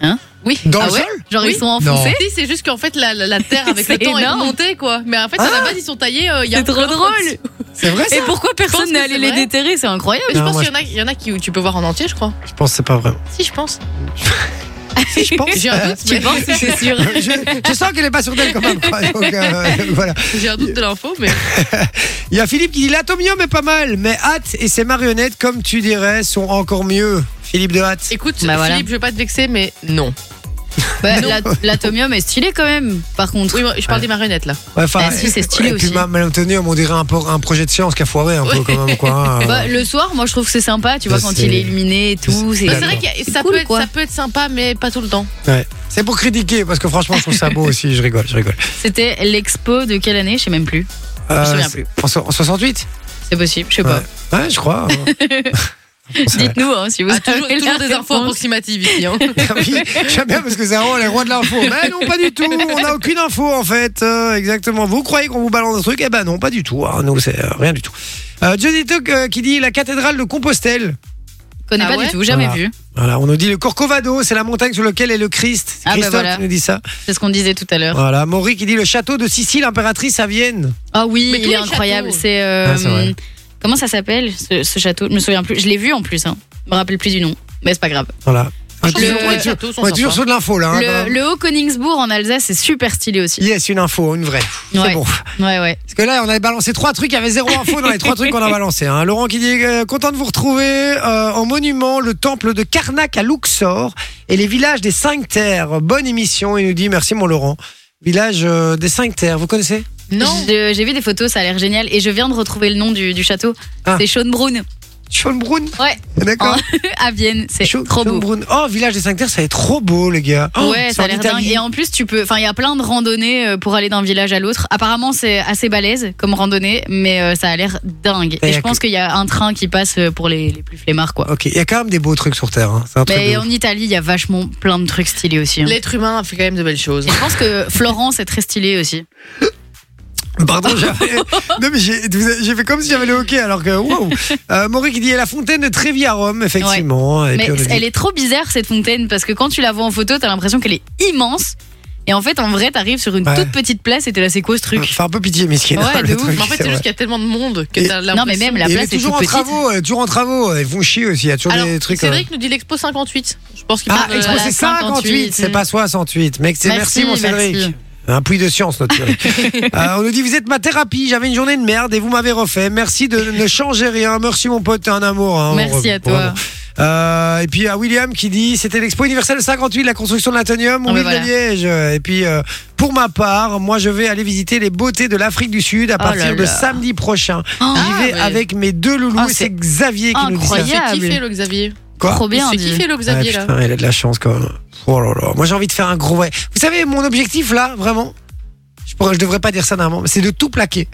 B: Hein
C: Oui.
A: Dans
B: Ah
A: le
B: ouais
A: sol
B: Genre,
C: Oui.
B: ils sont enfoncés
C: Si, c'est juste qu'en fait, la, la, la terre avec le
B: C'est
C: temps est
B: énorme.
C: remontée, quoi. Mais en fait,
A: Ah
C: à la base, ils sont taillés. euh, il y a
B: C'est trop
C: encore-
B: drôle
A: C'est vrai, ça
B: Et pourquoi
C: pense
B: personne
C: que
B: n'est allé
C: c'est
B: les
C: vrai.
B: déterrer C'est incroyable
C: Je
A: Non,
C: pense
A: moi,
C: qu'il y en a, il y en a qui tu peux voir en entier, je crois.
A: Je pense que c'est pas vrai.
C: Si, je pense.
A: Je pense.
C: J'ai un doute,
B: Tu
C: mais- (laughs)
B: penses C'est sûr.
A: (laughs) je, je sens qu'elle est pas sûre d'elle quand (laughs) même. quoi. Donc, euh, voilà.
C: J'ai un doute de l'info, mais
A: Il y a Philippe qui dit l'atomium est pas mal, mais Hatt et ses marionnettes, comme tu dirais, sont encore mieux. Philippe de Hatt.
C: écoute,
B: Bah voilà.
C: Philippe, je vais pas te vexer, mais non.
B: Bah, la- L'atomium est stylé quand même, par contre.
C: Oui, moi, je parle
A: Ouais.
C: des marionnettes là.
A: Ouais, enfin,
B: Ah, si, c'est stylé
A: et
B: aussi.
A: puis même l'atomium, on dirait un, por- un projet de science qui a foiré un peu quand même.
B: (laughs)
A: Quoi. hein,
B: Bah, le soir, moi je trouve que c'est sympa, tu
A: Ça,
B: vois, quand
A: c'est-
B: il est illuminé et tout. C'est
A: Bah,
C: C'est vrai que
B: C'est
C: ça,
B: cool,
C: peut être,
B: quoi.
C: ça peut être sympa, mais pas tout le temps.
A: euh, Ouais. C'est pour critiquer, parce que franchement, je trouve ça beau aussi. Je rigole, je rigole.
B: C'était l'expo de quelle année Je sais même plus.
A: Euh,
B: souviens
A: c'est- en, so- en 68
B: C'est possible, je sais pas.
A: Ouais, je crois. hein.
B: (laughs) Dites-nous hein, si vous
C: (laughs)
B: avez
C: Ah, Toujours,
B: la
C: toujours des infos
B: réponse.
C: approximatives ici. (laughs) hein.
A: Ah oui,
B: (laughs)
A: J'aime bien parce que c'est vraiment les rois de l'info. Mais non, pas du tout. On n'a aucune info en fait. Euh, exactement. Vous croyez qu'on vous balance un truc Eh ben non, pas du tout. hein. Nous, c'est euh, rien du tout. Euh, Johnny Tuck euh, qui dit la cathédrale de Compostelle.
B: Je connais
C: Ah
B: pas
C: ouais
B: du tout, jamais
A: Voilà.
B: vu.
A: Voilà, on nous dit le Corcovado, c'est la montagne sur laquelle est le Christ.
B: Ah, ben
A: Christophe
B: voilà.
A: qui nous dit ça.
B: C'est ce qu'on disait tout à l'heure.
A: Voilà, Maury qui dit le château de Sicile, impératrice à Vienne.
B: Ah oui,
C: Mais tous
B: il est
C: les
B: incroyable.
C: châteaux.
B: C'est euh,
A: Ah, c'est vrai.
B: comment ça s'appelle ce, ce château Je me souviens plus. Je l'ai vu en plus. Hein. Je me rappelle plus du nom, mais c'est pas grave.
A: Voilà. On est
C: Je pense
A: toujours-
B: que
A: on est
C: les
A: toujours-
C: châteaux sont
A: on est toujours
C: sympas.
A: sur de l'info là. hein, quand
B: Le,
A: même.
B: le Haut Königsbourg en Alsace, c'est super stylé aussi.
A: Yes, une info, une vraie. C'est
B: Ouais.
A: bon.
B: Ouais ouais.
A: Parce que là, on avait balancé trois trucs, il y avait zéro info dans les trois trucs qu'on a balancé. hein. Laurent qui dit euh, content de vous retrouver euh, en monument, le temple de Karnak à Luxor et les villages des Cinq Terres. Bonne émission, il nous dit merci mon Laurent. Village euh, des Cinq Terres, vous connaissez
C: Non.
B: Je- J'ai vu des photos, ça a l'air génial. Et je viens de retrouver le nom du, du château.
A: Ah.
B: C'est Schönbrunn.
A: Schönbrunn
B: Ouais.
A: D'accord
B: (laughs) à Vienne, c'est
A: Schö-
B: trop beau.
A: Schönbrunn. Oh, village des Cinq Terres, ça va être trop beau, les gars. Oh,
B: ouais,
A: c'est
B: ça
A: en
B: a l'air
A: Italie.
B: dingue. Et en plus, tu peux. Enfin, il y a plein de randonnées euh, pour aller d'un village à l'autre. Apparemment, c'est assez balèze comme randonnée, mais euh, ça a l'air dingue.
A: Et y
B: Et
A: a
B: je
A: que- Oh,
B: pense qu'il y a un train qui passe euh, pour les, les plus flemmards, quoi.
A: Ok, il y a quand même des beaux trucs sur Terre. hein. C'est un truc
B: Mais
A: de
B: en Italie, il y a vachement plein de trucs stylés aussi. hein.
C: L'être humain a fait quand même de
A: (laughs)
C: belles choses.
B: Et je pense que Florence est très stylée aussi.
A: ouf. Pardon,
B: (laughs)
A: j'avais- non, mais j'ai vous avez- j'ai fait comme si j'avais le hockey, alors que wow. Euh, Maury qui dit la fontaine de Trévi à Rome, effectivement. Et
B: mais
A: puis on a dit-
B: elle est trop bizarre cette fontaine parce que quand tu la vois en photo, t'as l'impression qu'elle est immense. Et en fait, en vrai, t'arrives sur une
A: Ouais.
B: toute petite place et t'es là, c'est quoi
A: (laughs)
B: ce
A: Ouais,
B: truc
A: Fait un peu pitié, Miskine.
B: Ouais,
A: (laughs) le
B: de ouf.
A: truc,
C: Mais en fait,
A: c'est
C: c'est juste
A: vrai.
C: qu'il y a tellement de monde que
A: Et-
C: t'as
B: Non, mais même la
A: Et elle est
B: place est
A: toujours en
B: toute petite.
A: travaux, elle est toujours en travaux, ils vont chier aussi, il y a toujours
C: Alors,
A: des trucs.
C: c'est
A: euh.
C: vrai que nous dit l'expo 58. Je pense qu'il
A: Ah,
C: parle de
A: Expo,
C: la-
A: c'est 58,
B: 58,
A: c'est
B: hmm.
A: pas 68. Mec, c'est merci,
B: Merci,
A: mon Cédric.
B: merci.
A: Un puits de science, notre
B: (laughs)
A: Cédric. Euh, On nous dit, vous êtes ma thérapie, j'avais une journée de merde et vous m'avez refait. Merci de ne changer rien. Merci, mon pote, t'es un amour. hein,
B: Merci
A: on re-
B: à toi.
A: vraiment. Euh, et puis à William qui dit c'était l'Expo universelle 58, la construction de l'Atonium,
B: Ah,
A: ou l'île
B: ben
A: de
B: voilà.
A: Liège. Et puis euh, pour ma part, moi je vais aller visiter les beautés de l'Afrique du Sud à
B: Oh là
A: partir de
B: là.
A: samedi prochain.
B: Ah,
A: J'y vais
C: ouais.
A: avec mes deux loulous.
B: Ah,
A: et
B: c'est
A: c'est Xavier qui nous dit ça.
B: incroyable.
C: Il se fait
B: Incroyable.
C: kiffer, le Xavier.
A: Quoi
B: Trop bien.
C: Il se
B: dit.
C: fait kiffer, le
A: Ouais,
C: Xavier, là.
A: Ah, putain, il a de la chance quand même. Oh là là. Moi j'ai envie de faire un gros ouais. Vous savez, mon objectif là, vraiment, je, pourrais, je devrais pas dire ça normalement, mais c'est de tout plaquer.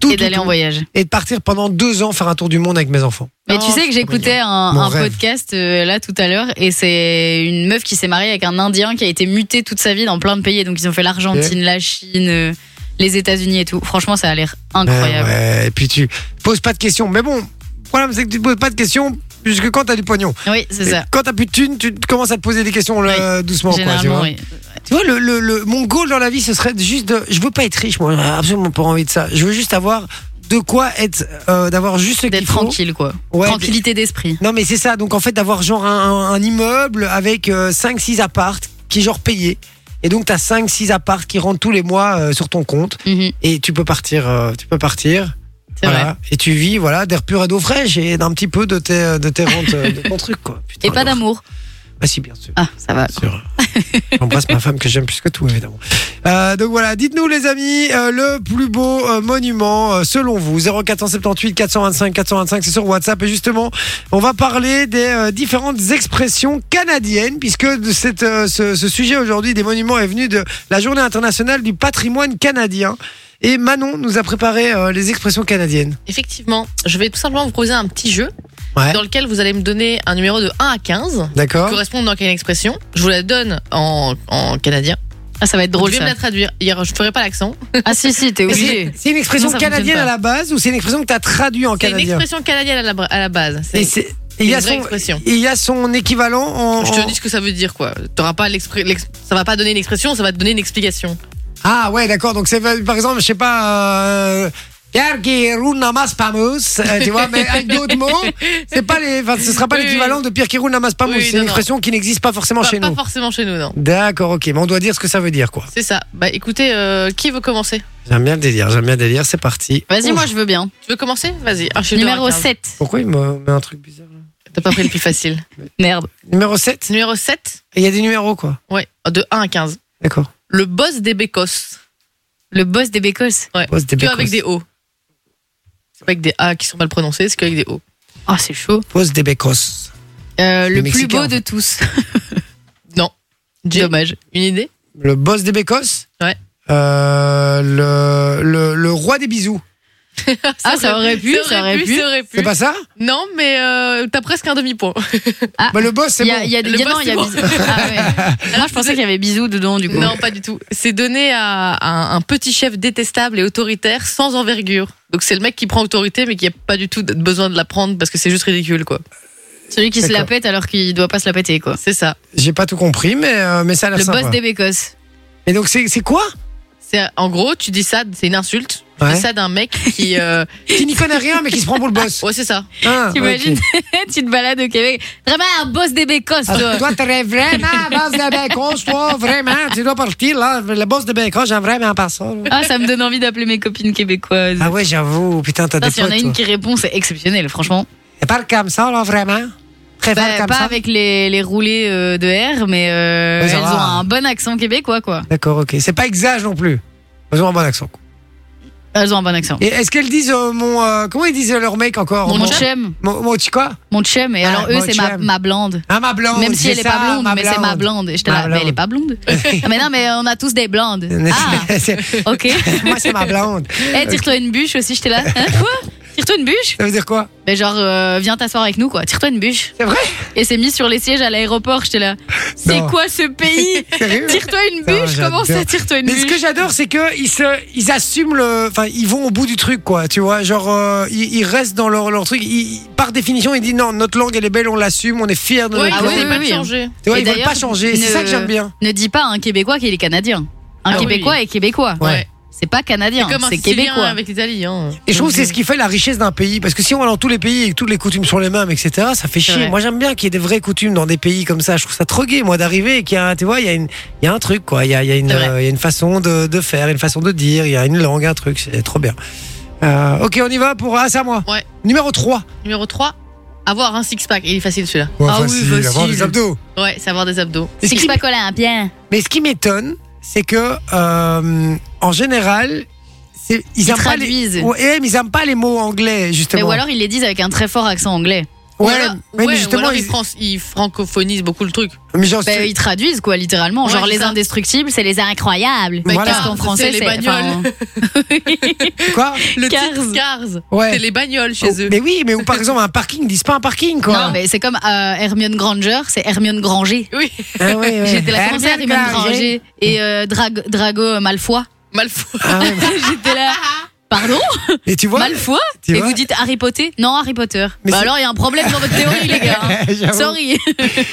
A: Tout,
B: Et
A: tout,
B: d'aller
A: tout.
B: en voyage.
A: Et de partir pendant deux ans faire un tour du monde avec mes enfants.
B: Mais
C: Oh,
B: tu sais que
C: c'est
B: j'écoutais un,
A: Mon
B: un
A: rêve.
B: podcast euh, là tout à l'heure et c'est une meuf qui s'est mariée avec un Indien qui a été muté toute sa vie dans plein de pays. Et Donc ils ont fait l'Argentine, la Chine, euh, les États-Unis et tout. Franchement, ça a l'air incroyable.
A: Ouais, Euh, ouais. Et puis tu poses pas de questions. Mais bon, le problème c'est que tu te poses pas de questions jusque quand t'as du pognon.
B: Oui, c'est
A: Et
B: ça.
A: Quand t'as plus de thunes, tu commences à te poser des questions là, doucement. Quoi, tu
B: Généralement,
A: vois,
B: oui.
A: Tu vois, le, le- le- mon goal dans la vie, ce serait de juste de. Je veux pas être riche, moi, j'ai absolument pas envie de ça. Je veux juste avoir de quoi être. euh, d'avoir juste ce
B: D'être
A: qu'il faut.
B: tranquille, quoi.
A: Ouais,
B: Tranquillité d'esprit.
A: Non, mais c'est ça. Donc, en fait, d'avoir genre un, un- un immeuble avec 5-6 apparts qui est genre payé. Et donc, t'as 5-6 apparts qui rentrent tous les mois euh, sur ton compte.
B: Mhm,
A: Et tu peux partir. euh, tu peux partir.
B: c'est
A: voilà.
B: vrai.
A: Et tu vis, voilà, d'air pur et d'eau fraîche et d'un petit peu de tes, de tes rentes, euh, de ton truc, quoi. Putain,
B: Et pas
A: alors.
B: d'amour.
A: Ah, si, bien sûr.
B: Ah, ça va.
A: Bien sûr. (laughs) J'embrasse ma femme que j'aime plus que tout, évidemment. Euh, donc voilà, dites-nous les amis, euh, le plus beau euh, monument euh, selon vous. 0478 425 425, c'est sur WhatsApp. Et justement, on va parler des euh, différentes expressions canadiennes, puisque de cette, euh, ce, ce sujet aujourd'hui des monuments est venu de la Journée internationale du patrimoine canadien. Et Manon nous a préparé euh, les expressions canadiennes.
C: Effectivement, je vais tout simplement vous proposer un petit jeu
A: Ouais.
C: dans lequel vous allez me donner un numéro de 1 à 15
A: D'accord
C: correspondant à une expression. Je vous la donne en, en canadien.
B: Ah, ça va être drôle
C: je vais
B: ça.
C: me la traduire. Hier, je ferai pas l'accent.
B: Ah, si, si, t'es
A: Mais
B: obligé.
A: C'est c'est une expression
B: Non, ça fonctionne
A: canadienne
B: pas.
A: à la base ou c'est une expression que tu as traduit en
C: C'est une
A: canadien
C: expression canadienne à la, bra- à la base. C'est
A: Et
C: une
A: c'est- et il y a
C: vraie
A: son-
C: expression.
A: Et il y a son équivalent en.
C: Je
A: en-
C: te dis ce que ça veut dire, quoi. T'auras pas l'expré- l'ex- ça va pas donner une expression, ça va te donner une explication.
A: Ah ouais, d'accord. Donc c'est par exemple, je sais pas. euh, Pierkiru namas pamus, euh, tu vois, mais avec d'autres mots, c'est pas les, enfin, ce sera pas
C: Oui,
A: l'équivalent
C: oui.
A: de Pierkiru namas pamus.
C: Oui,
A: c'est
C: non,
A: une
C: non.
A: expression qui n'existe pas forcément
C: Pas,
A: chez
C: pas
A: nous.
C: forcément chez nous, non.
A: D'accord, ok, mais on doit dire ce que ça veut dire, quoi.
C: C'est ça. Bah écoutez, euh, qui veut commencer
A: J'aime bien le délire, j'aime bien le délire, c'est parti.
B: Vas-y,
A: Ouf,
B: moi, je veux bien.
C: Tu veux commencer Vas-y. Ah, un chiffre de un
B: Numéro
C: à quinze.
B: 7.
A: Pourquoi il me met un truc bizarre là
C: hein. T'as pas pris le plus facile.
B: Merde.
A: Numéro 7
C: Numéro 7
A: Il y a des numéros, quoi.
C: Ouais, Oh, de 1 à 15.
A: D'accord.
C: Le boss des bécosses.
B: Le boss des Bécosses.
C: Ouais.
A: Boss des
C: que
A: bécosses.
C: avec des O. C'est pas avec des A qui sont mal prononcés, c'est qu'avec des O.
B: Ah, c'est chaud.
A: Pose des bécosses.
B: Euh, le plus
A: Mexicain, en
B: beau
A: fait.
B: de tous.
C: Non. J'ai
B: Dommage.
C: une idée
A: Le boss des bécosses
C: Ouais.
A: Euh, le, le, le roi des bisous.
B: Ah, ça aurait pu, ça aurait pu.
C: (laughs) ça aurait pu.
A: C'est pas ça
C: Non, mais euh, t'as presque un demi-point.
A: bah, Le boss, c'est
B: Il y
A: bon.
B: a, il y a des
C: Le
B: il y a- non,
C: boss,
B: il y a
C: c'est
B: bisous. Ah ouais. (laughs) Moi, je pensais qu'il y avait bisous dedans, du coup.
C: Non, pas du tout. C'est donné à, à un, un petit chef détestable et autoritaire sans envergure. Donc c'est le mec qui prend autorité mais qui a pas du tout d- besoin de la prendre parce que c'est juste ridicule quoi.
B: Celui qui se la
A: D'accord.
B: pète alors qu'il doit pas se la péter, quoi.
C: C'est ça.
A: J'ai pas tout compris, mais, euh, mais ça a l'air
B: Le
A: sympa.
B: boss des Bécosses.
A: Et donc, c'est c'est quoi
C: C'est en gros tu dis ça, c'est une insulte. Tu
A: Ouais.
C: dis ça d'un mec qui. euh, (laughs)
A: Qui n'y connaît rien, mais qui se prend pour le
B: (laughs)
A: boss.
C: Ouais c'est ça.
A: Hein,
B: T'imagines
A: ok.
B: (laughs) Tu te balades au Québec. Vraiment un boss des Bécosses,
A: Ah,
B: toi.
A: toi, t'es vraiment boss de bacon, toi, vraiment. Tu dois partir, là. Le boss de bacon, j'aime vraiment pas ça. là.
B: Ah, ça me donne envie d'appeler mes copines québécoises.
A: Ah ouais, j'avoue. Putain, t'as
B: Putain,
A: des
B: S'il y en a
A: potes, toi.
B: une qui répond, c'est exceptionnel, franchement.
A: Et parle comme ça, là, vraiment. Très
B: Bah,
A: comme
B: pas
A: ça.
B: avec les, les roulés euh, de R, mais euh,
A: Ouais, ça
B: elles
A: va.
B: ont un bon accent québécois, quoi.
A: D'accord, ok. C'est pas exage non plus. Ils ont un bon accent. quoi.
B: Elles ont un bon accent.
A: Et est-ce qu'elles disent euh, mon. euh, comment ils disent euh, leur mec encore
B: Mon
A: Mon-
B: chem,
A: Mon, mon tu quoi
B: mon chem, et
A: Ah,
B: alors eux,
A: mon
B: c'est ma,
A: chum.
B: ma blonde.
A: Ah, ma blonde.
B: Même si
A: c'est
B: elle est
A: ça,
B: pas blonde, mais c'est ma blonde. Et j'étais
A: Ma
B: là, mais elle est
A: blonde.
B: pas blonde.
A: (laughs)
B: Ah, mais non, mais on a tous des blondes. Ah,
A: C'est-
B: ok.
A: Moi, (laughs) c'est ma blonde.
B: Eh, tire-toi une bûche aussi, j'étais là. Hein, quoi Tire-toi une bûche
A: Ça veut dire quoi
B: Mais genre, euh, viens t'asseoir avec nous, quoi. Tire-toi une bûche.
A: C'est vrai
B: Et s'est mis sur les sièges à l'aéroport, j'étais là. C'est
A: Non.
B: quoi ce
A: (laughs)
B: pays
A: Sérieux
B: Tire-toi une
A: Putain,
B: bûche Comment ça,
A: j'adore.
B: tire-toi une
A: Mais ce que
B: bûche
A: j'adore, c'est que ils se, ils assument le, enfin, ils vont au bout du truc, quoi. Tu vois, genre, euh, ils, ils restent dans leur, leur truc. Ils- ils- par définition, ils disent non, notre langue elle est belle, on l'assume, on est fiers de
C: Ouais,
A: notre
B: ah
A: langue.
C: ils
B: oui,
C: essaient pas
B: oui,
C: de
B: oui.
C: changer.
A: Tu vois,
B: Et
A: ils veulent pas
B: d'ailleurs,
A: changer.
B: ne-
A: C'est ça que j'aime bien.
B: Ne dis pas à un Québécois qu'il est Canadien. Un
C: Ah oui.
B: Québécois est Québécois.
A: Ouais.
B: C'est pas Canadien,
C: Comme un
B: c'est
C: Sicilien
B: Québécois.
C: avec l'Italie. Hein.
A: Et je trouve que c'est ce qui fait la richesse d'un pays. Parce que si on va dans tous les pays et que toutes les coutumes sont les mêmes, etc., ça fait chier.
B: vrai.
A: Moi, j'aime bien qu'il y ait des vraies coutumes dans des pays comme ça. Je trouve ça trop gay, moi, d'arriver et qu'il y a, tu vois, il y a une, il y a un truc, quoi. Il y a, il y a une,
C: C'est vrai.
A: euh, il y a une façon de, de faire, une façon de dire, il y a une langue, un truc. C'est trop bien. Euh, ok, on y va pour, ah, c'est à moi.
C: Ouais.
A: Numéro 3.
C: Numéro 3, Avoir un six-pack, il est facile celui-là.
B: Ah oui,
C: bah
A: facile, avoir
B: facile.
A: des abdos.
C: Ouais, c'est avoir des abdos.
A: Mais ce qui-
B: Six-pack olympien.
A: Mais ce qui m'étonne, c'est que euh, en général, c'est- ils,
B: Ils
A: aiment pas les...
B: traduisent.
A: Ouais, eh, mais ils aiment pas les mots anglais
B: Mais
A: justement.
B: ou alors ils les disent avec un très fort accent anglais.
A: ouais,
C: Ou alors-
A: mais
C: ouais, ou
A: justement,
C: alors ils,
A: ils-
C: fran- ils francophonisent beaucoup le truc.
A: mais j'en
B: Bah,
A: suis-
B: ils traduisent quoi, littéralement.
C: Ouais,
B: Genre
C: c'est
B: les
C: ça. Bah,
B: indestructibles, c'est les incroyables.
A: Mais voilà.
B: Parce qu'en
C: Cars,
B: français,
C: c'est les
B: c'est. enfin,
A: quoi
C: (laughs) Le
B: Cars.
C: titre Cars,
A: Ouais.
C: c'est les bagnoles chez
A: Oh,
C: eux.
A: Mais oui, mais ou par
B: (laughs)
A: exemple un parking, ils disent pas un parking quoi.
B: Non, mais c'est comme euh, Hermione Granger, c'est Hermione Granger.
C: Oui,
A: Ah
C: Euh,
A: ouais, ouais.
B: (laughs) J'étais là,
A: Ah,
B: comment ça,
A: merde,
B: Hermione
A: là, j'ai-
B: Granger Et euh, Drag- Drago
C: (laughs)
B: Malfoy.
C: Malfoy.
A: Ah
B: (laughs)
A: ouais,
B: J'étais là. Pardon
A: mais tu vois,
B: Malfoy
A: tu
B: Et
A: vois
B: vous
A: (laughs)
B: dites Harry Potter Non, Harry Potter.
A: Mais
B: bah
A: c'est-
B: alors, il y a un problème dans votre théorie, les gars.
C: (laughs)
B: hein.
A: Eh,
C: Ah
A: J'avoue.
B: Sorry.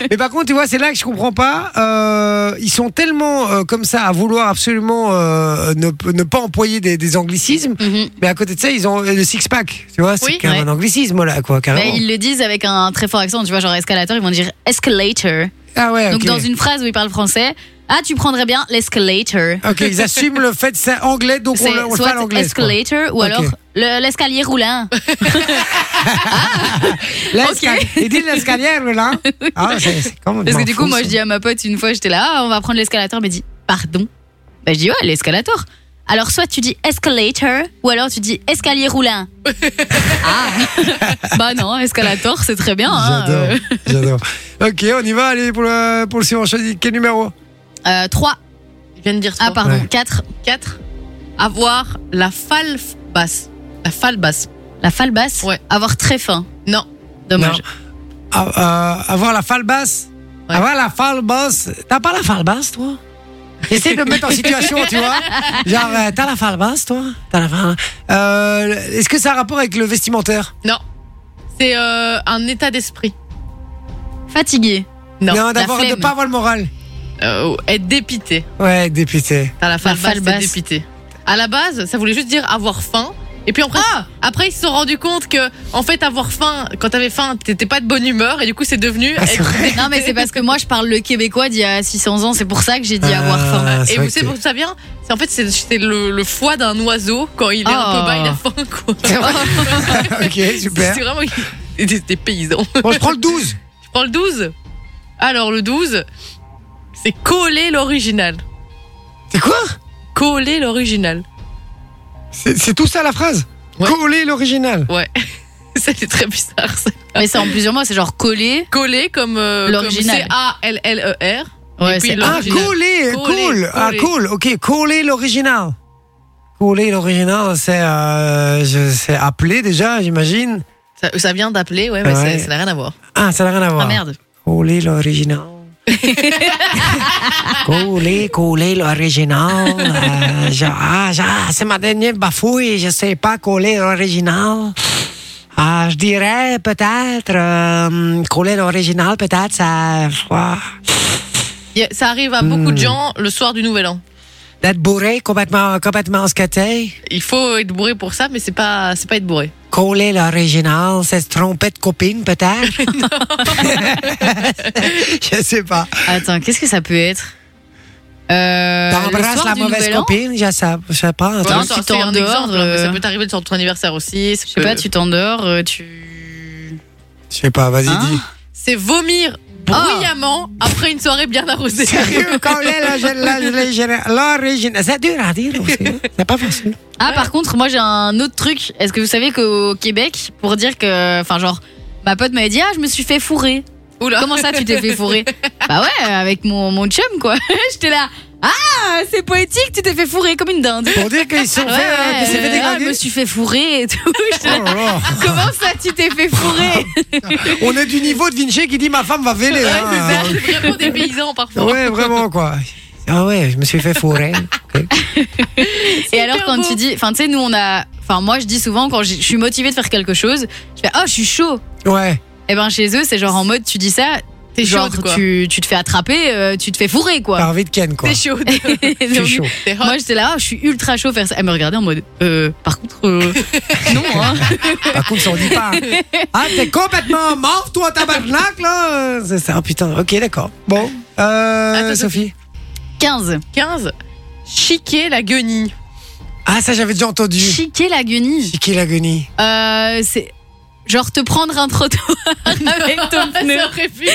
A: Mais par contre, tu vois, c'est là que je comprends pas. euh, ils sont tellement euh, comme ça à vouloir absolument euh, ne, ne pas employer des, des anglicismes,
B: Mhm.
A: mais à côté de ça, ils ont euh, le six pack. Tu vois, c'est
B: Oui,
A: quand même
B: ouais.
A: un anglicisme là, quoi,
B: Mais
C: Ah
A: carrément.
B: ils le disent avec un très fort accent. Tu vois, genre escalator, ils vont dire escalator.
A: Ah ouais.
B: Donc,
A: ok.
B: dans une phrase où ils parlent français, ah, tu prendrais bien l'escalator.
A: Ok, ils assument le fait que c'est anglais, donc on
B: C'est
A: le on le fait à
B: soit
A: l'anglaise. quoi.
B: escalator ou
A: Ok.
B: alors le- l'escalier
A: (laughs)
B: roulant.
A: L'escal- Ils disent l'escalier
B: (laughs)
A: là. Ah, c'est c'est quand même
B: Parce que
A: un
B: du
A: fou,
B: coup, moi,
A: ça.
B: je dis à ma pote une fois, j'étais là, ah, on va prendre l'escalator. Mais dit, pardon. Bah, je dis, ouais, l'escalator. Alors, soit tu dis escalator, ou alors tu dis
A: (laughs)
B: escalier roulant. ah (laughs) Bah non, escalator, c'est très bien. hein.
C: Ah, (laughs)
A: J'adore, j'adore. Ok, on y va, allez, pour le, pour le suivant, on choisit quel numéro
B: Euh, 3.
C: Je viens de dire ça.
B: Ah, pardon,
A: Ouais.
B: 4.
C: 4. Avoir la falfe basse. La falfe basse.
B: La falle basse.
C: Ouais.
B: Avoir très faim.
C: Non.
B: Dommage.
A: Ah, euh, Avoir la falle basse
C: Ouais.
A: Avoir la falle basse T'as pas la falle basse, toi Essaye de me
B: (laughs)
A: mettre en situation, tu vois. Genre, euh, t'as la falle basse, toi T'as la falle- Euh, Est-ce que ça a un rapport avec le vestimentaire
C: Non. C'est euh, un état d'esprit.
B: Fatigué.
C: Non.
A: d'abord,
B: la
A: de
B: flemme.
A: pas avoir le moral.
C: Euh, être dépité.
A: Ouais, dépité.
C: T'as la falle
B: falle
C: basse, t'es
B: basse.
C: dépité. À la base, ça voulait juste dire avoir faim. Et puis après,
A: Ah
C: après ils se sont rendus compte que, en fait, avoir faim, quand t'avais faim, t'étais pas de bonne humeur, et du coup, c'est devenu.
A: Ah, c'est
C: être
A: vrai.
C: dépité.
B: Non, mais c'est parce que moi, je parle le québécois d'il y a 600 ans, c'est pour ça que j'ai dit avoir
A: Ah,
B: faim.
A: c'est
C: Et
A: vrai
C: vous
A: que
C: savez
A: t'es-
C: d'où ça vient C'est en fait c'est c'est le, le foie d'un oiseau quand il est un
B: Ah.
C: peu bas il a faim quoi. (laughs)
A: Ok, super.
C: C'est vraiment des, des paysans.
A: Bon, je prends le 12.
C: Je prends le 12. Alors le 12 c'est coller l'original.
A: C'est quoi
C: Coller l'original.
A: C'est c'est tout ça la phrase
C: Ouais.
A: Coller l'original.
C: Ouais. (laughs) Ça c'est très bizarre. ça.
B: Mais c'est en plusieurs mois, c'est genre collé.
C: Coller comme
B: L'original.
C: C A L L E R.
B: Ouais,
C: Et puis
B: c'est-
A: Ah,
C: l'original.
A: coller,
C: Coller,
A: cool. Ah,
C: coller.
A: cool, ok, coller l'original. Coller l'original, c'est euh, je- c'est appelé déjà, j'imagine.
C: Ça, ça vient d'appeler ouais mais
A: Ouais.
C: c'est- ça n'a rien à voir.
A: Ah, ça n'a rien à voir.
B: Ah merde.
A: Coller
B: (laughs)
A: l'original. coller, coller l'original. Euh, je- ah, je- ah, c'est ma dernière bafouille, je sais pas coller l'original. Ah, je dirais peut-être euh, coller l'original, peut-être ça. ouah.
C: Y a- Ça arrive à beaucoup
B: Hmm.
C: de gens le soir du Nouvel An.
A: D'être bourré, complètement, complètement scaté.
C: Il faut être bourré pour ça mais c'est pas c'est pas être bourré.
A: coller l'original, c'est se tromper de copine peut-être
B: (laughs)
A: (laughs) Je sais pas.
B: Attends, qu'est-ce que ça peut être euh, le
A: T'embrasses
B: soir
A: la
B: du
A: mauvaise
B: Nouvel An
A: copine, je sais, je sais pas.
B: Ouais,
A: attends.
B: tu
C: ça, c'est
B: t'endors,
C: un exemple, hein, mais
B: euh,
C: Ça peut t'arriver le soir de ton anniversaire aussi. ça
B: Je sais
C: peut-
B: pas, tu t'endors, euh, tu.
A: Je sais pas, vas-y
B: Hein
A: (laughs) dis.
C: C'est vomir bruyamment après une soirée bien arrosée.
A: Sérieux, coller l'origi- l'origi- l'original. C'est dur à dire aussi. hein. C'est pas facile.
B: Ah, par contre, moi j'ai un autre truc. Est-ce que vous savez qu'au Québec, pour dire que. Enfin, genre, ma pote m'avait dit Ah, je me suis fait fourrer.
C: (laughs) Oula.
B: Comment ça, tu t'es fait fourrer (laughs) Bah ouais, avec mon, mon chum, quoi. (laughs) J'étais là. Ah, c'est poétique, tu t'es fait fourrer comme une dinde.
A: Pour dire qu'ils sont
B: Ouais,
A: fait, euh, qu'ils s'est fait
B: euh, ah, je me
A: déglinguer.
B: suis fait fourrer et tout. (laughs) J'étais là,
A: Oh là
B: Comment ça, tu t'es fait fourrer
A: là. On est du niveau de Vinci qui dit ma femme va véler.
C: Ouais,
A: hein.
C: c'est ça, c'est vraiment des paysans parfois.
A: Ouais, vraiment quoi. Ah ouais, je me suis fait
B: (laughs)
A: fourrer. Ok.
B: Et alors
C: hyper
B: quand
C: beau.
B: tu dis, enfin tu sais, nous on a, enfin moi je dis souvent quand j'ai- je suis motivée de faire quelque chose, je fais oh je suis chaud.
A: Ouais.
B: Et ben chez eux c'est genre en mode tu dis ça,
C: T'es
B: genre
C: chaude, quoi.
B: tu, tu te fais attraper, euh, tu te fais fourrer
A: T'as
B: (laughs) quoi.
A: envie de Ken quoi.
C: T'es (laughs) chaude.
A: Je
B: Donc,
A: suis chaud.
C: T'es hot.
B: Moi j'étais là, oh, je suis ultra chaud faire ça. Elle me regardait en mode, euh, par contre (laughs) euh, non hein.
A: Par contre, ça on dit pas. Ah, t'es complètement mort, toi, tabarnak, là. C'est ça, Oh, putain. Ok, d'accord. Bon, euh,
C: Attends,
A: Sophie.
B: 15.
C: 15. Chiquer la guenille.
A: Ah, ça, j'avais déjà entendu.
B: Chiquer la guenille.
A: Chiquer l'agonie.
B: Euh, c'est Genre te prendre un trottoir (laughs) avec ton pneu.
C: Ça aurait pu.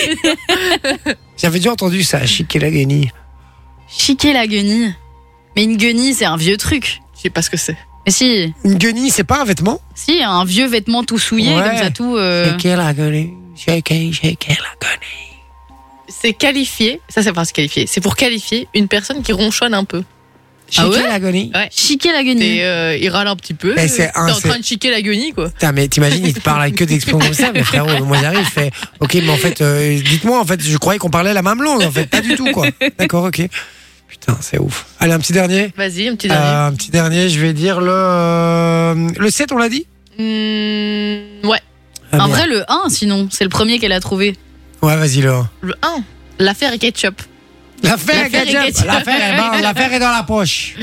A: J'avais déjà entendu ça, chiquer la guenille.
B: Chiquer la guenille. Mais une guenille, c'est un vieux truc.
C: Je sais pas ce que c'est.
B: Mais si,
A: Une guenille, c'est pas un vêtement
B: si, un vieux vêtement tout souillé,
A: Ouais.
B: comme ça, tout. euh,
A: Chiquer la guenille. Chiquer, chiquer la guenille.
C: C'est qualifié, ça c'est pas se qualifier, c'est pour qualifier une personne qui ronchonne un peu.
A: Chiquer
B: ouais
A: la guenille.
B: Chiquer la guenille.
C: Et euh, il râle un petit peu.
A: Eh,
C: euh,
A: c'est
C: T'es
A: un,
C: en
A: c'est-
C: train de chiquer la guenille quoi.
A: Putain, mais t'imagines, il te parle avec que d'expressions comme ça, mais frérot, moi j'arrive, je fais, ok, mais en fait, euh, dites-moi, en fait, je croyais qu'on parlait la même langue, en fait, pas du tout, quoi. D'accord, ok. Putain, c'est ouf. Allez, un petit dernier.
C: Vas-y, un petit dernier.
A: Euh, un petit dernier, je vais dire le. euh, le 7, on l'a dit
C: Hmm, ouais,
A: Ah,
B: en
A: merde.
B: vrai, le 1, sinon, c'est le premier qu'elle a trouvé. Ah,
A: Ouais, vas-y, le.
C: le 1. L'affaire ketchup.
A: L'affaire est
C: L'affaire est
A: ketchup.
C: ketchup.
A: L'affaire est, dans- l'affaire est dans la poche.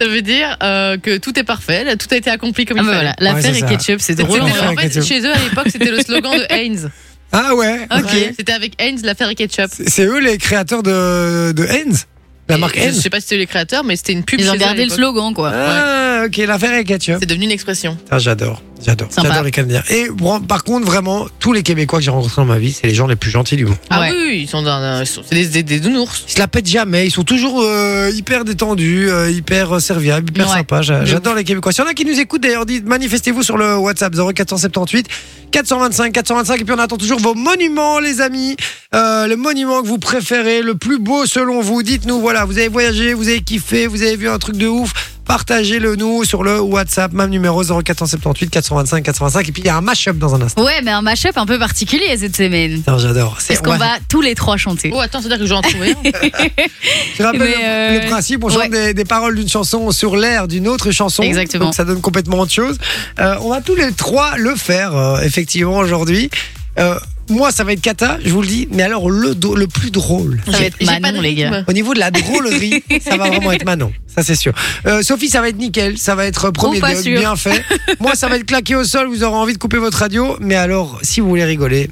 C: Ça veut dire euh, que tout est parfait, là, tout a été accompli comme
B: Ah
C: il
B: bah
C: fallait.
B: voilà, l'affaire
A: c'est
B: est
A: ça.
B: ketchup, c'est
A: C'était
B: drôle. en
A: le-
C: C'était-
B: vrai.
A: l'affaire
C: en fait,
A: ketchup.
C: chez eux à l'époque, c'était (laughs) le slogan de Heinz.
A: Ah ouais, ok.
C: Ouais, C'était avec Heinz, l'affaire et ketchup.
A: C'est- C'est eux les créateurs de, de Heinz La
C: Et
A: marque
C: Je
A: Heinz
C: sais pas si c'était les créateurs, mais c'était une pub.
B: Ils ont
C: chez eux à
B: gardé le
C: l'époque.
B: slogan, quoi.
A: Ah, ok, l'affaire est ketchup.
C: C'est devenu une expression.
A: Putain, j'adore, j'adore,
B: Sympa.
A: j'adore les Canadiens. Et bon, par contre, vraiment, tous les Québécois que j'ai rencontrés dans ma vie, c'est les gens les plus gentils du monde.
C: Ah
B: Ouais.
C: oui, oui, ils sont dans- ils sont- c'est des, des, des nounours.
A: Ils se la pètent jamais, ils sont toujours euh, hyper détendus, euh, hyper euh, serviables, hyper
B: Ouais.
A: sympas. J'a-
B: De
A: J'adore les Québécois. S'il y en a qui nous écoutent, d'ailleurs, dites manifestez-vous sur le WhatsApp 0478 425 425. Et puis on attend toujours vos monuments, les amis. Euh, le monument que vous préférez, le plus beau selon vous. Dites-nous, voilà, vous avez voyagé, vous avez kiffé, vous avez vu un truc de ouf. Partagez-le nous sur le WhatsApp, même numéro 0478 425 425. Et puis il y a un mashup dans un instant.
B: Ouais, mais un mashup un peu particulier cette semaine.
A: Putain, J'adore. C'est-
B: Parce qu'on
A: on va-
B: va tous les trois chanter.
C: Oh, attends, c'est-à-dire que j'en trouvé
B: (laughs)
C: un.
A: Tu rappelles
B: Mais,
A: le- le
B: euh,
A: principe, on chante
B: ouais.
A: des, des paroles d'une chanson sur l'air d'une autre chanson.
B: Exactement.
A: Donc ça donne complètement autre chose. Euh, on va tous les trois le faire, euh, effectivement, aujourd'hui. Euh, moi, ça va être cata, je vous le dis, mais alors le, do- le plus drôle.
B: Ça va
C: J'ai-
B: être
C: j'ai pas de
B: Manon, les gars.
C: rythme.
A: Au niveau de la drôlerie, ça va vraiment être Manon, ça c'est sûr. Euh, Sophie, ça va être nickel, ça va être euh, premier
B: Ou Oh, pas
A: dog,
B: sûr.
A: bien fait. Moi, ça va être claqué au sol, vous aurez envie de couper votre radio, mais alors, si vous voulez rigoler,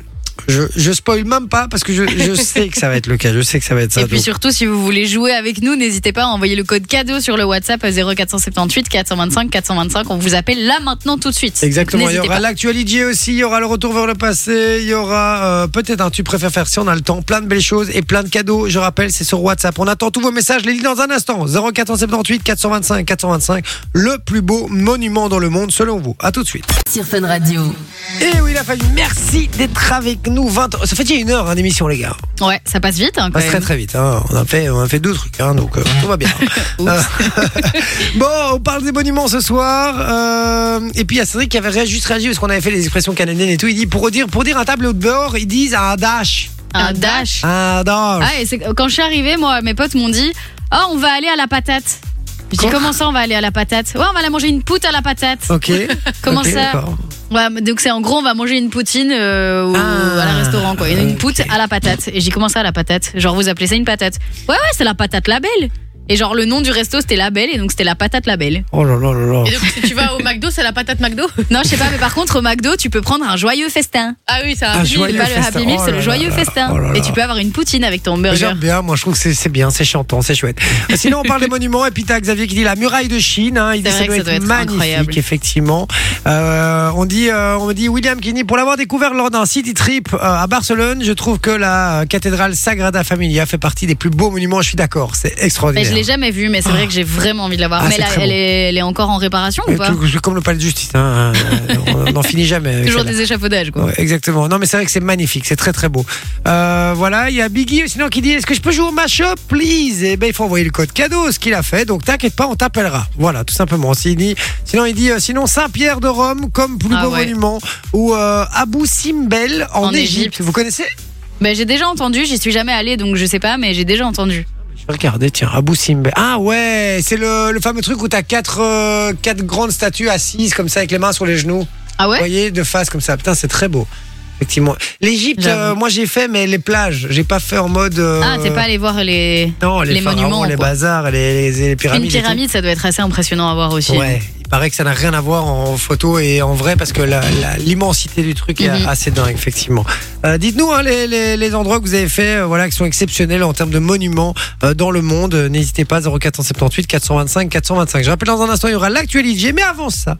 A: je, je spoil même pas parce que je, je sais que ça va être le cas, je sais que ça va être ça.
B: Et puis
A: donc.
B: surtout, si vous voulez jouer avec nous, n'hésitez pas à envoyer le code cadeau sur le WhatsApp à 0478 425 425. On vous appelle là maintenant tout de suite.
A: Exactement.
B: Donc,
A: Il y
B: n'hésitez
A: aura
B: pas.
A: l'actualité aussi, il y aura le retour vers le passé, il y aura euh, peut-être un tu préfères faire si on a le temps, plein de belles choses et plein de cadeaux. Je rappelle, c'est sur WhatsApp. On attend tous vos messages, je les lis dans un instant. 0478 425 425, le plus beau monument dans le monde selon vous. À tout de suite.
D: Sur Fun Radio.
A: Et Eh oui, la famille, merci d'être avec nous. 20... Ça fait déjà une heure hein, d'émission, les gars.
B: Ouais, ça passe vite. hein,
A: Ça
B: quand
A: passe très
B: même.
A: très vite. hein. On a fait on a fait deux trucs, hein, donc euh, tout
B: (laughs)
A: va bien. Euh, (laughs) bon, on parle des monuments ce soir. euh, et puis il y a Cédric qui avait ré- juste réagi parce qu'on avait fait les expressions canadiennes et tout. Il dit pour dire pour dire un tableau de bord, ils disent un dash,
B: Un dash.
A: un dash.
B: Ah, et c'est- quand je suis arrivée, moi, mes potes m'ont dit Ah, on va aller à la patate. Je dis
A: Quoi
B: Comment ça, on va aller à la patate Ouais, on va aller manger une poute à la patate.
A: Ok.
B: Ah. (laughs) Comment
A: Ok,
B: ça
A: d'accord.
B: Ouais, mais donc c'est en gros, on va manger une poutine euh, au,
A: Ah,
B: à la restaurant, quoi. Une, une
A: ok.
B: poute à la patate. Et j'ai commencé à la patate. Genre, vous appelez ça une patate Ouais, ouais, c'est la patate label. Et genre, le nom du resto, c'était label, et donc c'était la patate label.
A: Oh là là là là.
C: Et donc, si tu vas au McDo, c'est la patate McDo (laughs)
B: Non, je sais pas, mais par contre, au McDo, tu peux prendre un joyeux festin.
C: Ah oui, ça.
A: Un
C: a
A: joyeux
B: C'est pas le
A: festin.
B: Happy Meal,
A: Oh
B: c'est
A: là
B: le
A: là
B: joyeux
A: là là.
B: festin.
A: Oh là
B: Et
A: là.
B: tu peux avoir une poutine avec ton
A: Mais
B: burger.
A: J'aime bien, moi je trouve que c'est- c'est bien, c'est chantant, c'est
B: (laughs)
A: chouette. Euh, Sinon on parle des monuments et puis t'as Xavier qui dit la muraille de Chine, hein, il dit
B: C'est
A: ça
B: vrai
A: doit,
B: que ça
A: être
B: doit être
A: magnifique
B: incroyable.
A: effectivement. Euh, on dit euh, on dit William Kinney pour l'avoir découvert lors d'un city trip euh, à Barcelone, je trouve que la euh, cathédrale Sagrada Familia fait partie des plus beaux monuments, je suis d'accord, c'est
B: Mais je
A: extraordinaire.
B: l'ai jamais vu, mais c'est vrai que j'ai vraiment envie de la voir.
A: Ah,
B: mais
A: c'est
B: là,
A: très
B: elle
A: beau.
B: est, elle est encore en réparation ou
A: Et
B: pas
A: tout- c'est comme le palais de justice, hein, euh, on n'en finit jamais. avec
B: Toujours
A: celle-là.
B: des échafaudages, quoi.
A: Ouais, exactement. Non, mais c'est vrai que c'est magnifique, c'est très très beau. Euh, voilà, il y a Biggie sinon qui dit Est-ce que je peux jouer au mashup, please Et ben il faut envoyer le code cadeau, ce qu'il a fait. Donc t'inquiète pas, on t'appellera. Voilà, tout simplement. S'il dit, sinon il dit euh, Sinon Saint-Pierre de Rome comme plus
B: Ah
A: beau
B: ouais.
A: monument ou euh, Abu Simbel en,
B: En
A: Égypte.
B: Égypte.
A: Vous connaissez
B: Ben, j'ai déjà entendu, j'y suis jamais allée, donc je sais pas, mais j'ai déjà entendu.
A: Je vais regarder, tiens, Abu Simbel. Ah ouais, c'est le, le fameux truc où t'as quatre euh, quatre grandes statues assises comme ça avec les mains sur les genoux.
B: Ah ouais
A: Vous voyez, de face comme ça. Putain, c'est très beau. Effectivement. L'Égypte,
B: J'avoue.
A: euh, moi j'ai fait, mais les plages, j'ai pas fait en mode. euh,
B: Ah, t'es pas allé voir les.
A: Non, les,
B: les
A: pharaons,
B: monuments,
A: les
B: quoi.
A: bazars, les, les- les pyramides.
B: Une
A: et tout.
B: pyramide, ça doit être assez impressionnant à voir aussi.
A: Ouais, il paraît que ça n'a rien à voir en photo et en vrai parce que la- la- l'immensité du truc est
B: Mhm.
A: assez dingue, effectivement. Euh, Dites-nous hein, les, les- les endroits que vous avez fait euh, voilà, qui sont exceptionnels en termes de monuments euh, dans le monde. Euh, N'hésitez pas, 0478 425 425. Je rappelle dans un instant, il y aura l'actualité, mais avant ça,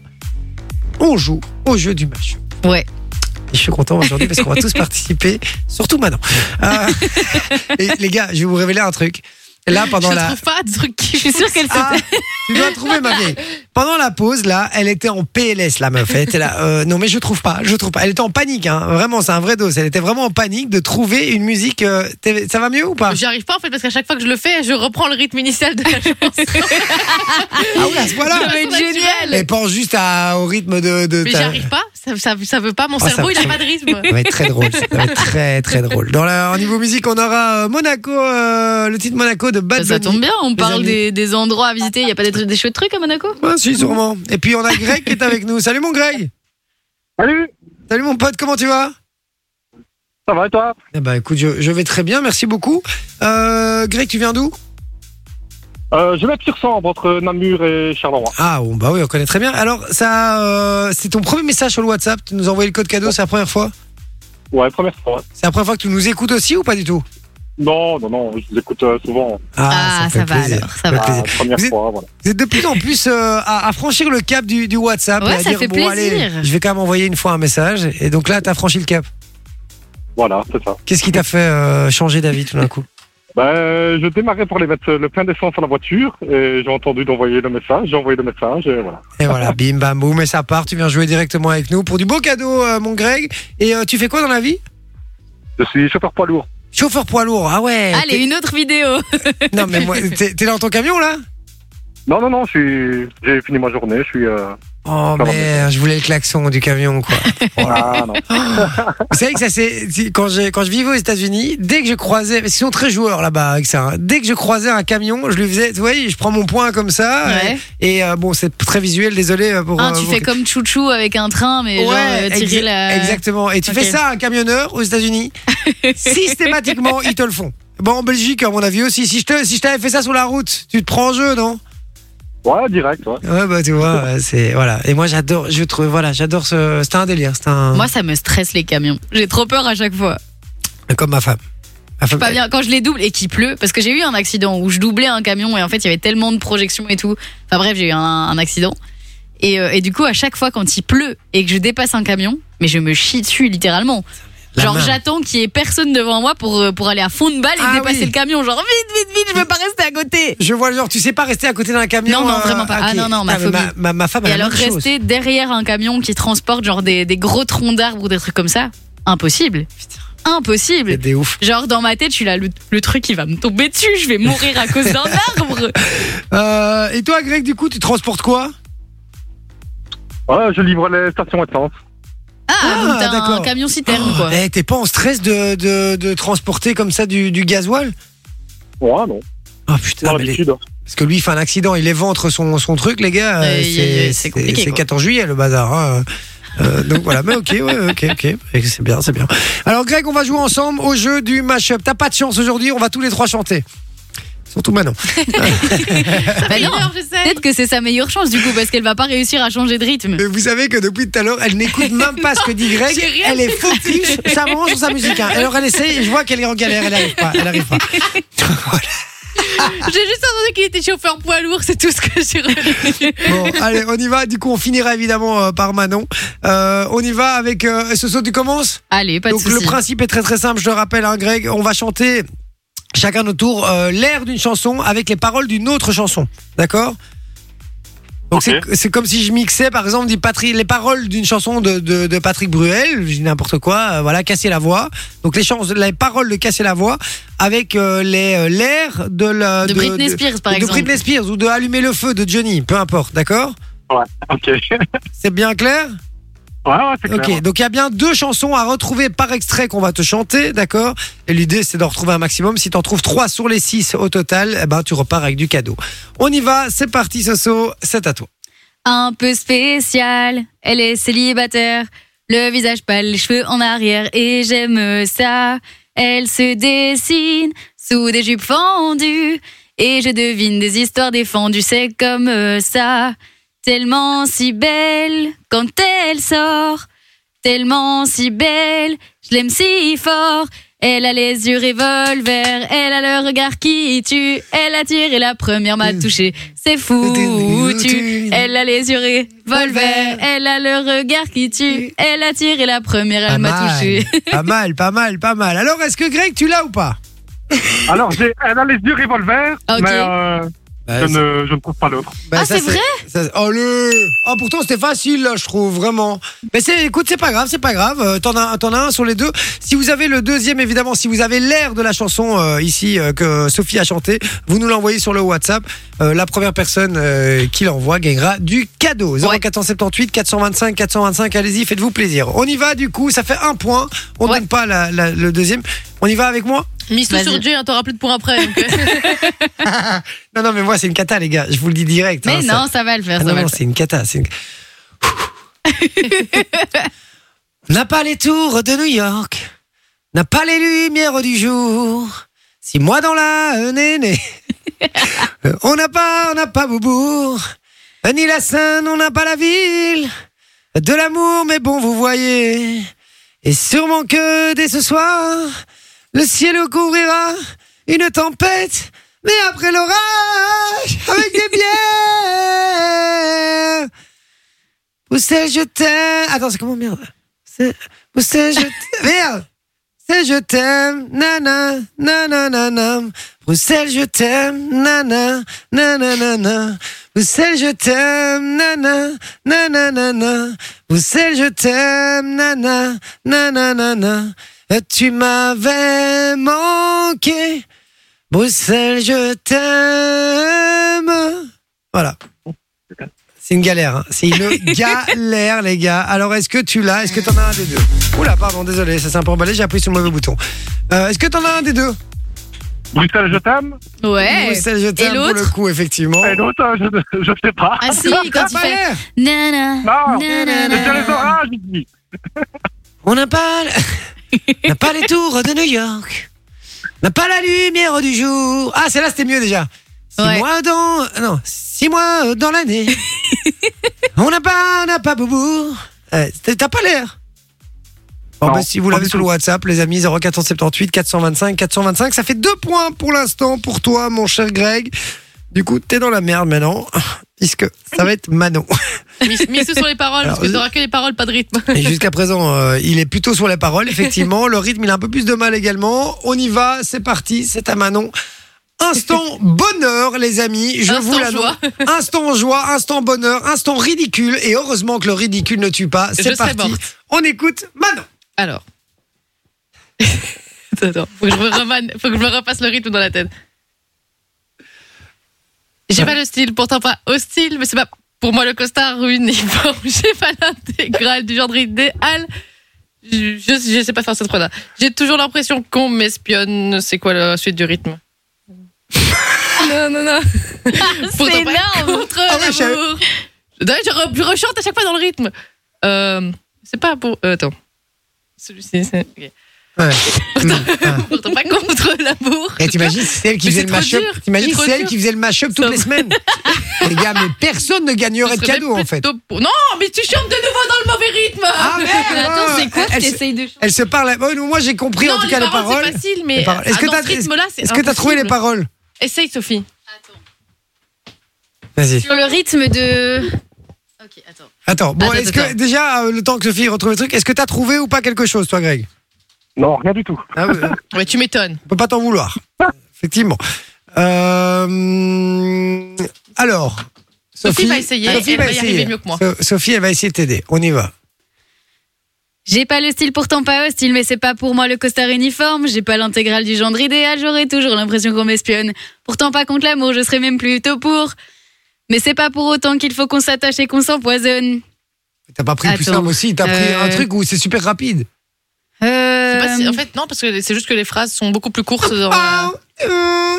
A: on joue au jeu du match.
B: Ouais.
A: Et je suis content aujourd'hui parce qu'on va tous participer, surtout maintenant. Euh, et les gars, je vais vous révéler un truc. Là, pendant
C: je
A: la.
C: trouve pas de truc qui.
B: Je suis sûre qu'elle s'est.
A: Ah, tu dois trouver ma vieille. Pendant la pause, là, elle était en PLS, la meuf. Elle était là, euh, non mais je trouve pas, je trouve pas. Elle était en panique, hein. Vraiment, c'est un vrai dos. Elle était vraiment en panique de trouver une musique. euh, TV. Ça va mieux ou pas
C: J'y arrive pas en fait parce qu'à chaque fois que je le fais, je reprends le rythme initial de la chanson.
A: Ah oui, à ce point-là.
C: Ça va être génial.
A: Elle pense juste à- au rythme de. de
C: Mais j'y
A: ta-
C: arrive pas, ça, ça, ça veut pas, mon
A: Ah, ça-
C: cerveau il a
A: ça-
C: pas
B: (laughs)
C: de rythme.
A: Ça va être très drôle. Ça va être très très drôle. Dans la, au niveau musique, on aura euh, Monaco, euh, le titre Monaco de Bad
B: Ça, ça
A: Bunny.
B: tombe bien, on parle
A: amis.
B: des, des endroits à visiter. Il n'y a pas des, trucs- des chouettes trucs à Monaco
A: Ouais, Hein, si, sûrement. Et puis on a Greg qui est avec nous. Salut mon Greg.
F: Salut,
A: Salut mon pote, comment tu vas
F: ça va et toi
A: Eh ben, écoute, je, je vais très bien, merci beaucoup. Euh, Greg, tu viens d'où
F: euh, Je vais être sur Sambre entre Namur et Charleroi.
A: Ah, bon, bah oui, on connaît très bien. Alors, ça, euh, c'est ton premier message sur le WhatsApp. Tu nous as envoyé le code cadeau, c'est la première fois
F: Ouais, première fois. ouais.
A: C'est la première fois que tu nous écoutes aussi ou pas du tout
F: Non, non, non, je vous écoute euh, souvent.
B: Ah,
A: fait
B: ça va
A: plaisir,
B: alors, ça
A: fait
B: va.
A: plaisir.
F: Ah, première
A: Vous êtes-
F: fois, voilà.
A: Vous êtes de plus en plus euh, à, à franchir le cap du, du WhatsApp.
B: Ouais,
A: et à
B: ça
A: dire,
B: fait
A: bon, allez,
B: plaisir.
A: je vais quand même envoyer une fois un message. Et donc là, t'as franchi le cap.
F: Voilà, c'est ça.
A: Qu'est-ce qui t'a fait euh, changer d'avis tout d'un coup
F: Ben, je démarrais pour aller mettre le plein d'essence à la voiture et j'ai entendu d'envoyer le message. J'ai envoyé le message et voilà.
A: Et voilà, bim bam boum, et ça part. Tu viens jouer directement avec nous pour du beau cadeau, euh, mon Greg. Et euh, tu fais quoi dans la vie
F: Je suis chauffeur poids lourd.
A: Chauffeur poids lourd, ah ouais.
B: Allez, une autre vidéo.
A: t'es- Non mais moi, t'es t'es dans ton camion là
F: Non, non, non, je suis. J'ai fini ma journée. Je suis. Euh...
A: Oh
F: Pardon.
A: merde, je voulais le klaxon du camion
B: (laughs)
A: quoi.
F: Ah, non.
A: Vous savez que ça c'est si- quand j'ai quand je vivais aux États-Unis, dès que je croisais, parce qu'ils sont très joueurs là-bas avec ça. hein. dès que je croisais un camion, je lui faisais, vous voyez, je prends mon poing comme ça.
B: (laughs) Ouais.
A: Et, et, euh, bon, c'est très visuel, désolé euh, pour.
B: Hein,
A: euh,
B: tu
A: pour-
B: fais comme Chouchou avec un train, mais
A: Ouais,
B: genre euh, tirer
A: exa-
B: la.
A: exactement. Et tu
B: Ok.
A: fais ça à un camionneur aux
B: (laughs)
A: États-Unis, systématiquement ils te le font. Bon, en Belgique, à mon avis aussi. Si je te, si je t'avais fait ça sur la route, tu te prends en jeu, non
F: Ouais, direct. Ouais.
A: Ouais, bah tu vois,
B: (laughs)
A: euh, c'est voilà. Et moi, j'adore. Je trouve, voilà, j'adore ce. C'était un délire. C'était un.
B: Moi, ça me stresse les camions. J'ai trop peur à chaque fois.
A: Comme ma femme. Ma femme-
B: Pas bien quand je les double et qu'il pleut, parce que j'ai eu un accident où je doublais un camion et en fait il y avait tellement de projections et tout. Enfin bref, j'ai eu un, un accident. Et, euh, et du coup, à chaque fois quand il pleut et que je dépasse un camion, mais je me chie dessus littéralement.
A: La
B: genre
A: main.
B: j'attends qu'il y ait personne devant moi pour, euh, pour aller à fond de balle et
A: Ah
B: dépasser
A: oui.
B: le camion. Genre vite, vite, vite, je veux pas rester à côté.
A: Je vois le genre, tu sais pas rester à côté d'un camion. euh,
B: Non, non, vraiment pas. Ah,
A: ok.
B: non, non,
A: mais
B: ma
A: ma,
B: phobie.
A: ma- ma femme,
B: Et
A: elle a la
B: alors
A: même chose.
B: rester derrière un camion qui transporte genre des, des gros troncs d'arbres ou des trucs comme ça, impossible.
A: C'est
B: Impossible.
A: des ouf.
B: Genre dans ma tête, je suis là, le, le truc il va me tomber dessus, je vais mourir à
A: (laughs)
B: cause d'un arbre.
A: Euh, et toi, Greg, du coup, tu transportes quoi
F: Ouais, je livre les stations essence.
B: Ah,
A: Ah,
B: donc t'as
A: d'accord.
B: un camion citerne quoi.
A: Eh, T'es pas en stress de, de, de transporter comme ça du, du gasoil
F: Ouais, non.
A: Ah putain,
F: Dans
A: mais les-
F: l'habitude.
A: parce que lui, il fait un accident, il éventre son, son truc, les gars. euh,
B: Aïe, aïe, aïe,
A: c'est-
B: c'est compliqué,
A: C'est
B: quoi.
A: 14 juillet, le bazar. hein. Euh, donc voilà, mais ok, ouais, ok, ok. Et C'est bien, c'est bien. Alors, Greg, on va jouer ensemble au jeu du mashup. T'as pas de chance aujourd'hui, on va tous les trois chanter. Surtout Manon.
B: Bah non,
C: Alors, j'essaie.
B: Peut-être que c'est sa meilleure chance du coup parce qu'elle va pas réussir à changer de rythme.
A: Mais vous savez que depuis tout à l'heure, elle n'écoute même pas ce que dit Greg.
C: j'ai rien
A: Elle est focus, ça mange sur sa musique. hein. Alors elle essaie, et je vois qu'elle est en galère, elle n'arrive pas. Elle arrive pas.
C: J'ai juste entendu qu'il était chauffeur poids lourd, c'est tout ce que j'ai retenu.
A: Bon, allez, on y va. Du coup, on finira évidemment euh, par Manon. Euh, on y va avec euh, ce saut, tu commences
B: Allez, pas de
A: Donc le
B: soucis.
A: principe est très très simple, je le rappelle, hein, Greg. On va chanter chacun notre tour euh, l'air d'une chanson avec les paroles d'une autre chanson. D'accord donc
F: Ok.
A: c'est- c'est comme si je mixais par exemple des Patri- les paroles d'une chanson de, de- de Patrick Bruel, je dis n'importe quoi, euh, voilà, Casser la voix. Donc les, chans- les paroles de Casser la voix avec euh, les, euh, l'air de, la,
B: De Britney Spears par
A: de
B: exemple.
A: Britney Spears ou de Allumer le feu de Johnny, peu importe, d'accord
F: Ok. (laughs) ouais,
A: C'est bien clair
F: ouais, c'est clair.
A: Ok, donc il y a bien deux chansons à retrouver par extrait qu'on va te chanter, d'accord Et l'idée, c'est d'en retrouver un maximum. Si t'en trouves trois sur les six au total, eh ben, tu repars avec du cadeau. On y va, c'est parti, Soso, c'est à toi.
B: Un peu spécial, elle est célibataire, le visage pâle, les cheveux en arrière et j'aime ça. Elle se dessine sous des jupes fendues et je devine des histoires défendues, c'est comme euh, ça. Tellement si belle quand elle sort, tellement si belle, je l'aime si fort. Elle a les yeux revolver, elle a le regard qui tue, elle attire et la première m'a touché. C'est foutu. Elle a les yeux revolver, elle a le regard qui tue, elle attire et la première
A: Ah,
B: elle m'a touché.
A: pas mal, pas mal, pas mal. Alors, est-ce que Greg, tu l'as ou pas
F: Alors, j'ai- elle a les yeux revolver,
B: Ok.
F: mais euh,
A: Ah,
F: je, ne, je ne trouve pas l'autre.
A: Bah,
B: Ah,
A: ça,
B: c'est vrai
A: ça, c'est- oh, le... oh, pourtant, c'était facile, là, je trouve, vraiment. Mais c'est, écoute, c'est pas grave, c'est pas grave. Euh, T'en as, t'en as un sur les deux. Si vous avez le deuxième, évidemment, si vous avez l'air de la chanson euh, ici euh, que Sophie a chantée, vous nous l'envoyez sur le WhatsApp. Euh, la première personne euh, qui l'envoie gagnera du cadeau. 0478 425 425. Allez-y, faites-vous plaisir. On y va, du coup, ça fait un point. On
B: Ouais.
A: donne pas la- la- le deuxième. On y va avec moi
C: Mise tout
B: Vas-y.
C: sur Dieu, hein, t'auras plus de points après. donc, euh,
A: Non, non, mais moi, c'est une cata, les gars. Je vous le dis direct. hein,
B: Mais
A: ça-
B: Eh non, ça va le
A: Ah
B: faire, ça
A: non, non,
B: va le faire.
A: c'est une cata. c'est une- (laughs) N'a pas les tours de New York, n'a pas les lumières du jour. Si moi dans la néné, (laughs) on n'a pas, on n'a pas Beaubourg, ni la Seine, on n'a pas la ville de l'amour, mais bon, vous voyez. Et sûrement que dès ce soir, le ciel couvrira une tempête, mais après l'orage, avec des bières. Poussez, je t'aime. Attends, c'est comment merde C'est- Poussez, je t'aime. Merde C'est je t'aime, nana, nana, nana. Bruxelles, je t'aime, nana, nana, nana. Bruxelles, je t'aime, nana, nana, nana. Bruxelles, je t'aime, nana, nana, nana. Tu m'avais manqué. Bruxelles, je t'aime. Voilà. C'est une galère. hein. C'est
B: (laughs)
A: une galère, les gars. Alors, est-ce que tu l'as Est-ce que t'en as un des deux Oula, pardon, désolé, ça s'est un peu emballé, j'ai appuyé sur le mauvais bouton. Euh, est-ce que t'en as un des deux
F: Bruxelles, je t'aime.
A: Ah,
B: Ouais.
A: Bruxelles, je t'aime
B: Eh, et
A: pour le
B: l'autre
A: coup, effectivement.
F: Et l'autre, euh, je ne (laughs) je sais pas.
B: Ah si, quand il
A: Ah,
B: fait
A: ouais.
B: Nana.
F: Non,
B: nanana.
F: C'est sur les orages, il dit.
A: On n'a pas, on n'a pas les tours de New York. On n'a pas la lumière du jour. Ah, celle-là, c'était mieux déjà. Six
B: Ouais.
A: mois dans, non, six mois dans l'année. on n'a pas, on n'a pas Boubou. Euh, t'as- T'as pas l'air. Bon,
F: Non,
A: bah, si vous
F: pas
A: l'avez
F: du
A: sur le
F: tout.
A: WhatsApp, les amis, 0478 425 425, ça fait deux points pour l'instant pour toi, mon cher Greg. Du coup, t'es dans la merde maintenant, puisque ça va être Manon.
C: Mise mise tout sur les paroles,
A: Alors,
C: parce que t'auras que les paroles, pas de rythme. (laughs)
A: Et jusqu'à présent, euh, il est plutôt sur les paroles, effectivement. Le rythme, il a un peu plus de mal également. On y va, c'est parti, c'est à Manon.
C: (laughs)
A: Instant bonheur, les amis, je
C: Instant
A: vous l'annonce.
C: joie.
A: (laughs) Instant joie, instant bonheur, instant ridicule. Et heureusement que le ridicule ne tue pas.
C: Je
A: C'est
C: serai
A: parti.
C: morte.
A: On écoute Manon.
C: Alors. (laughs) Attends, attends, faut que, je me remane- faut que je me repasse le rythme dans la tête. J'ai pas le style, pourtant pas hostile, mais c'est pas pour moi le costard ou uniforme. (laughs) J'ai pas l'intégrale du genre idéal. Je, je, je sais pas faire cette phrase-là. J'ai toujours l'impression qu'on m'espionne. C'est quoi la suite du rythme Non, non, non.
B: (laughs) C'est
C: Pourtant pas
B: énorme.
C: contre
A: Ah ouais, je savais-
C: l'amour. D'ailleurs, je, re- je rechante à chaque fois dans le rythme. Euh, c'est pas pour. euh, attends. Celui-ci, c'est. ok.
A: Ouais.
C: (laughs) Pourtant pas contre l'amour.
A: (laughs) Et Ah. Eh, t'imagines, c'est elle qui
C: Mais
A: faisait
C: c'est
A: le
C: trop
A: mashup.
C: dur,
A: T'imagines,
C: c'est trop
A: c'est elle
C: dur.
A: qui faisait le mashup toutes
C: Ça
A: les semaines. (laughs) les gars, mais personne ne gagnerait
C: Ce
A: de
C: serait
A: cadeau, en
C: même (laughs)
A: fait.
C: plutôt pour- Non, mais tu chantes de nouveau dans le mauvais rythme.
A: Ah merde!
B: Attends, c'est quoi que
A: elle, se-
B: t'essayes de
A: elle se parle. Oh, moi, j'ai compris
C: non,
A: en tout
C: les
A: cas les
C: paroles,
A: paroles.
C: c'est facile,
A: Les
C: mais
A: paroles. Est-ce
C: ah,
A: que
C: dans
A: t'as-
C: ce rythme-là, c'est
A: Est-ce que t'as trouvé les
C: impossible.
A: paroles
C: Essaye, Sophie.
A: Vas-y.
B: Sur le rythme de. Ok, attends.
A: Attends, bon,
B: Attends,
A: est-ce que
B: attends.
A: déjà, euh, le temps que Sophie retrouve le truc, est-ce que t'as trouvé ou pas quelque chose, toi, Greg
F: Non, rien du tout.
A: Ah oui, On
C: Ouais, tu m'étonnes.
A: peut pas t'en vouloir. Effectivement. Euh, Alors.
C: Sophie va essayer, elle va y arriver mieux que moi.
A: So- Sophie, elle va essayer de t'aider. On y va.
B: J'ai pas le style pourtant pas hostile, mais c'est pas pour moi le costard uniforme. J'ai pas l'intégrale du genre idéal, j'aurais toujours l'impression qu'on m'espionne. Pourtant pas contre l'amour, je serais même plutôt pour. Mais c'est pas pour autant qu'il faut qu'on s'attache et qu'on s'empoisonne.
A: T'as pas pris le plus
B: Attends.
A: simple aussi, t'as pris
B: Euh,
A: un truc où c'est super rapide.
C: Je
B: Euh...
C: sais pas si- En fait, non, parce que c'est juste que les phrases sont beaucoup plus courtes. dans-
A: Ah, euh, voilà.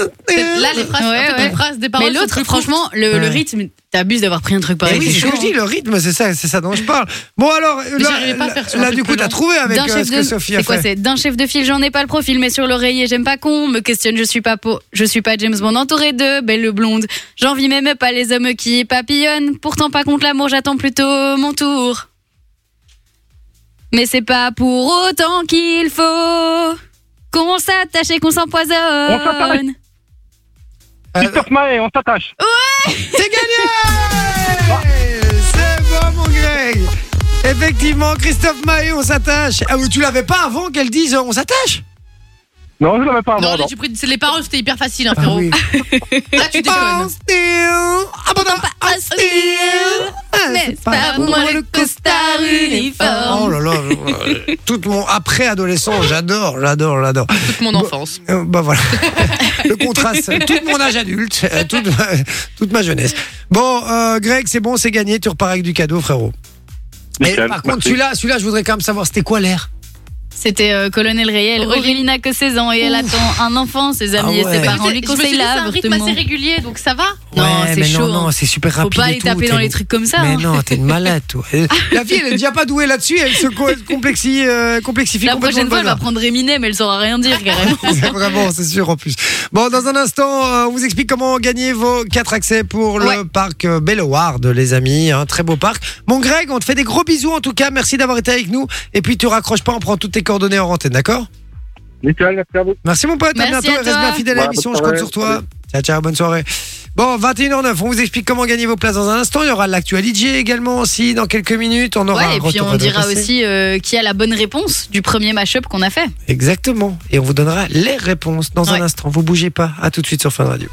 A: Euh.
C: C'est- Là, les phrases, en
B: Ouais,
C: fait,
B: ouais.
C: les phrases des paroles.
B: mais
C: sont
B: l'autre,
C: plus
B: franchement, le, le
A: Ouais.
B: rythme, t'abuses d'avoir pris un truc
A: Eh
B: pareil.
A: oui,
B: c'est
A: c'est ce que
B: chaud,
A: je dis, le rythme, c'est ça, c'est ça dont je parle. Bon alors, là,
C: j'arrivais pas à faire sur un
A: là,
C: truc
A: du coup,
C: plus
A: t'as
C: long.
A: trouvé avec
B: D'un
A: euh,
B: chef
A: ce que
B: de-
A: Sophie a
B: C'est quoi
A: fait.
B: c'est D'un chef de file, j'en ai pas le profil, mais sur l'oreiller, j'aime pas con. Me questionne, je suis pas po- je suis pas James Bond entouré de belles blondes. J'envie même pas les hommes qui papillonnent. Pourtant pas contre l'amour, j'attends plutôt mon tour. Mais c'est pas pour autant qu'il faut qu'on s'attache et qu'on
F: On s'attache.
B: s'empoisonne.
A: Euh,
F: Christophe Maé, on s'attache.
A: C'est gagné C'est bon, mon Greg Effectivement, Christophe Maé, on s'attache. Ah, mais tu l'avais pas avant qu'elle dise euh, on s'attache
F: Non, je l'avais pas avant.
C: Non,
F: non.
C: là, j'ai pris- c'est les paroles, c'était hyper facile, hein,
A: Ah,
C: frérot.
B: Ah,
C: Là, tu
A: I'm
C: déconnes. hein.
A: still- Ah, bah, bah, I'm still- Ah,
B: Mais
A: c'est
B: c'est pas pour moi le costard uniforme.
A: Oh là là, euh, (laughs) tout mon après-adolescent, j'adore, j'adore, j'adore.
C: Toute mon enfance.
A: Euh, bah voilà. (laughs) Le contraste. Tout mon âge adulte, euh, toute, ma, toute ma jeunesse. Bon, euh, Greg, c'est bon, c'est gagné. Tu repars avec du cadeau, frérot. Mais
F: Nickel,
A: par contre,
F: merci.
A: celui-là, celui-là, je voudrais quand même savoir c'était quoi l'air.
B: C'était euh, Colonel Réel.
C: Aurélie.
B: Aurélie n'a que 16 ans et elle attend un enfant. Ses amis
A: Ah ouais.
B: et ses
A: Mais
B: parents Bah, lui
C: Je me suis dit,
B: conseillent
C: c'est
B: là
C: un rythme
B: avortement.
C: assez régulier, donc ça va.
B: Non,
A: Ouais,
B: c'est
A: mais
B: chaud.
A: Non, non,
B: hein.
A: c'est super
B: Faut
A: rapide. et
B: pas aller
A: tout,
B: taper
A: t'es
B: dans les
A: une-
B: trucs comme ça.
A: Mais
B: hein.
A: non, t'es une malade,
B: (laughs)
A: toi. Euh, La fille, elle est déjà pas douée là-dessus, elle se co- complexifie, euh, complexifie
B: La
A: complètement
B: prochaine
A: le
B: fois, elle va
A: (laughs) bazar.
B: prendre Eminem, elle saura
A: (laughs)
B: rien dire carrément.
A: C'est Vraiment, c'est sûr en plus. Bon, dans un instant, euh, on vous explique comment gagner vos quatre accès pour le
B: Ouais.
A: parc euh, Belloward, les amis. Un très beau parc. Mon Greg, on te fait des gros bisous en tout cas. Merci d'avoir été avec nous. Et puis, tu raccroches pas, on prend toutes tes coordonnées en antenne, d'accord
F: Nickel, merci à vous.
A: Merci mon pote, à
B: Merci
A: bientôt.
B: à
A: et Reste
B: toi.
A: bien fidèle à
F: Ouais,
A: l'émission, je
F: Bah, bonne
A: compte
F: soirée.
A: sur toi. Ciao, ciao, bonne soirée. Bon, 21h09, on vous explique comment gagner vos places dans un instant. Il y aura l'actualité également aussi dans quelques minutes. On aura Oh, un
B: Ouais, et puis
A: retour
B: on
A: à notre
B: dira
A: passé.
B: aussi euh, qui a la bonne réponse du premier match-up qu'on a fait.
A: Exactement. Et on vous donnera les réponses dans un
B: Ouais.
A: instant. Vous bougez pas. À tout de suite sur Fun Radio.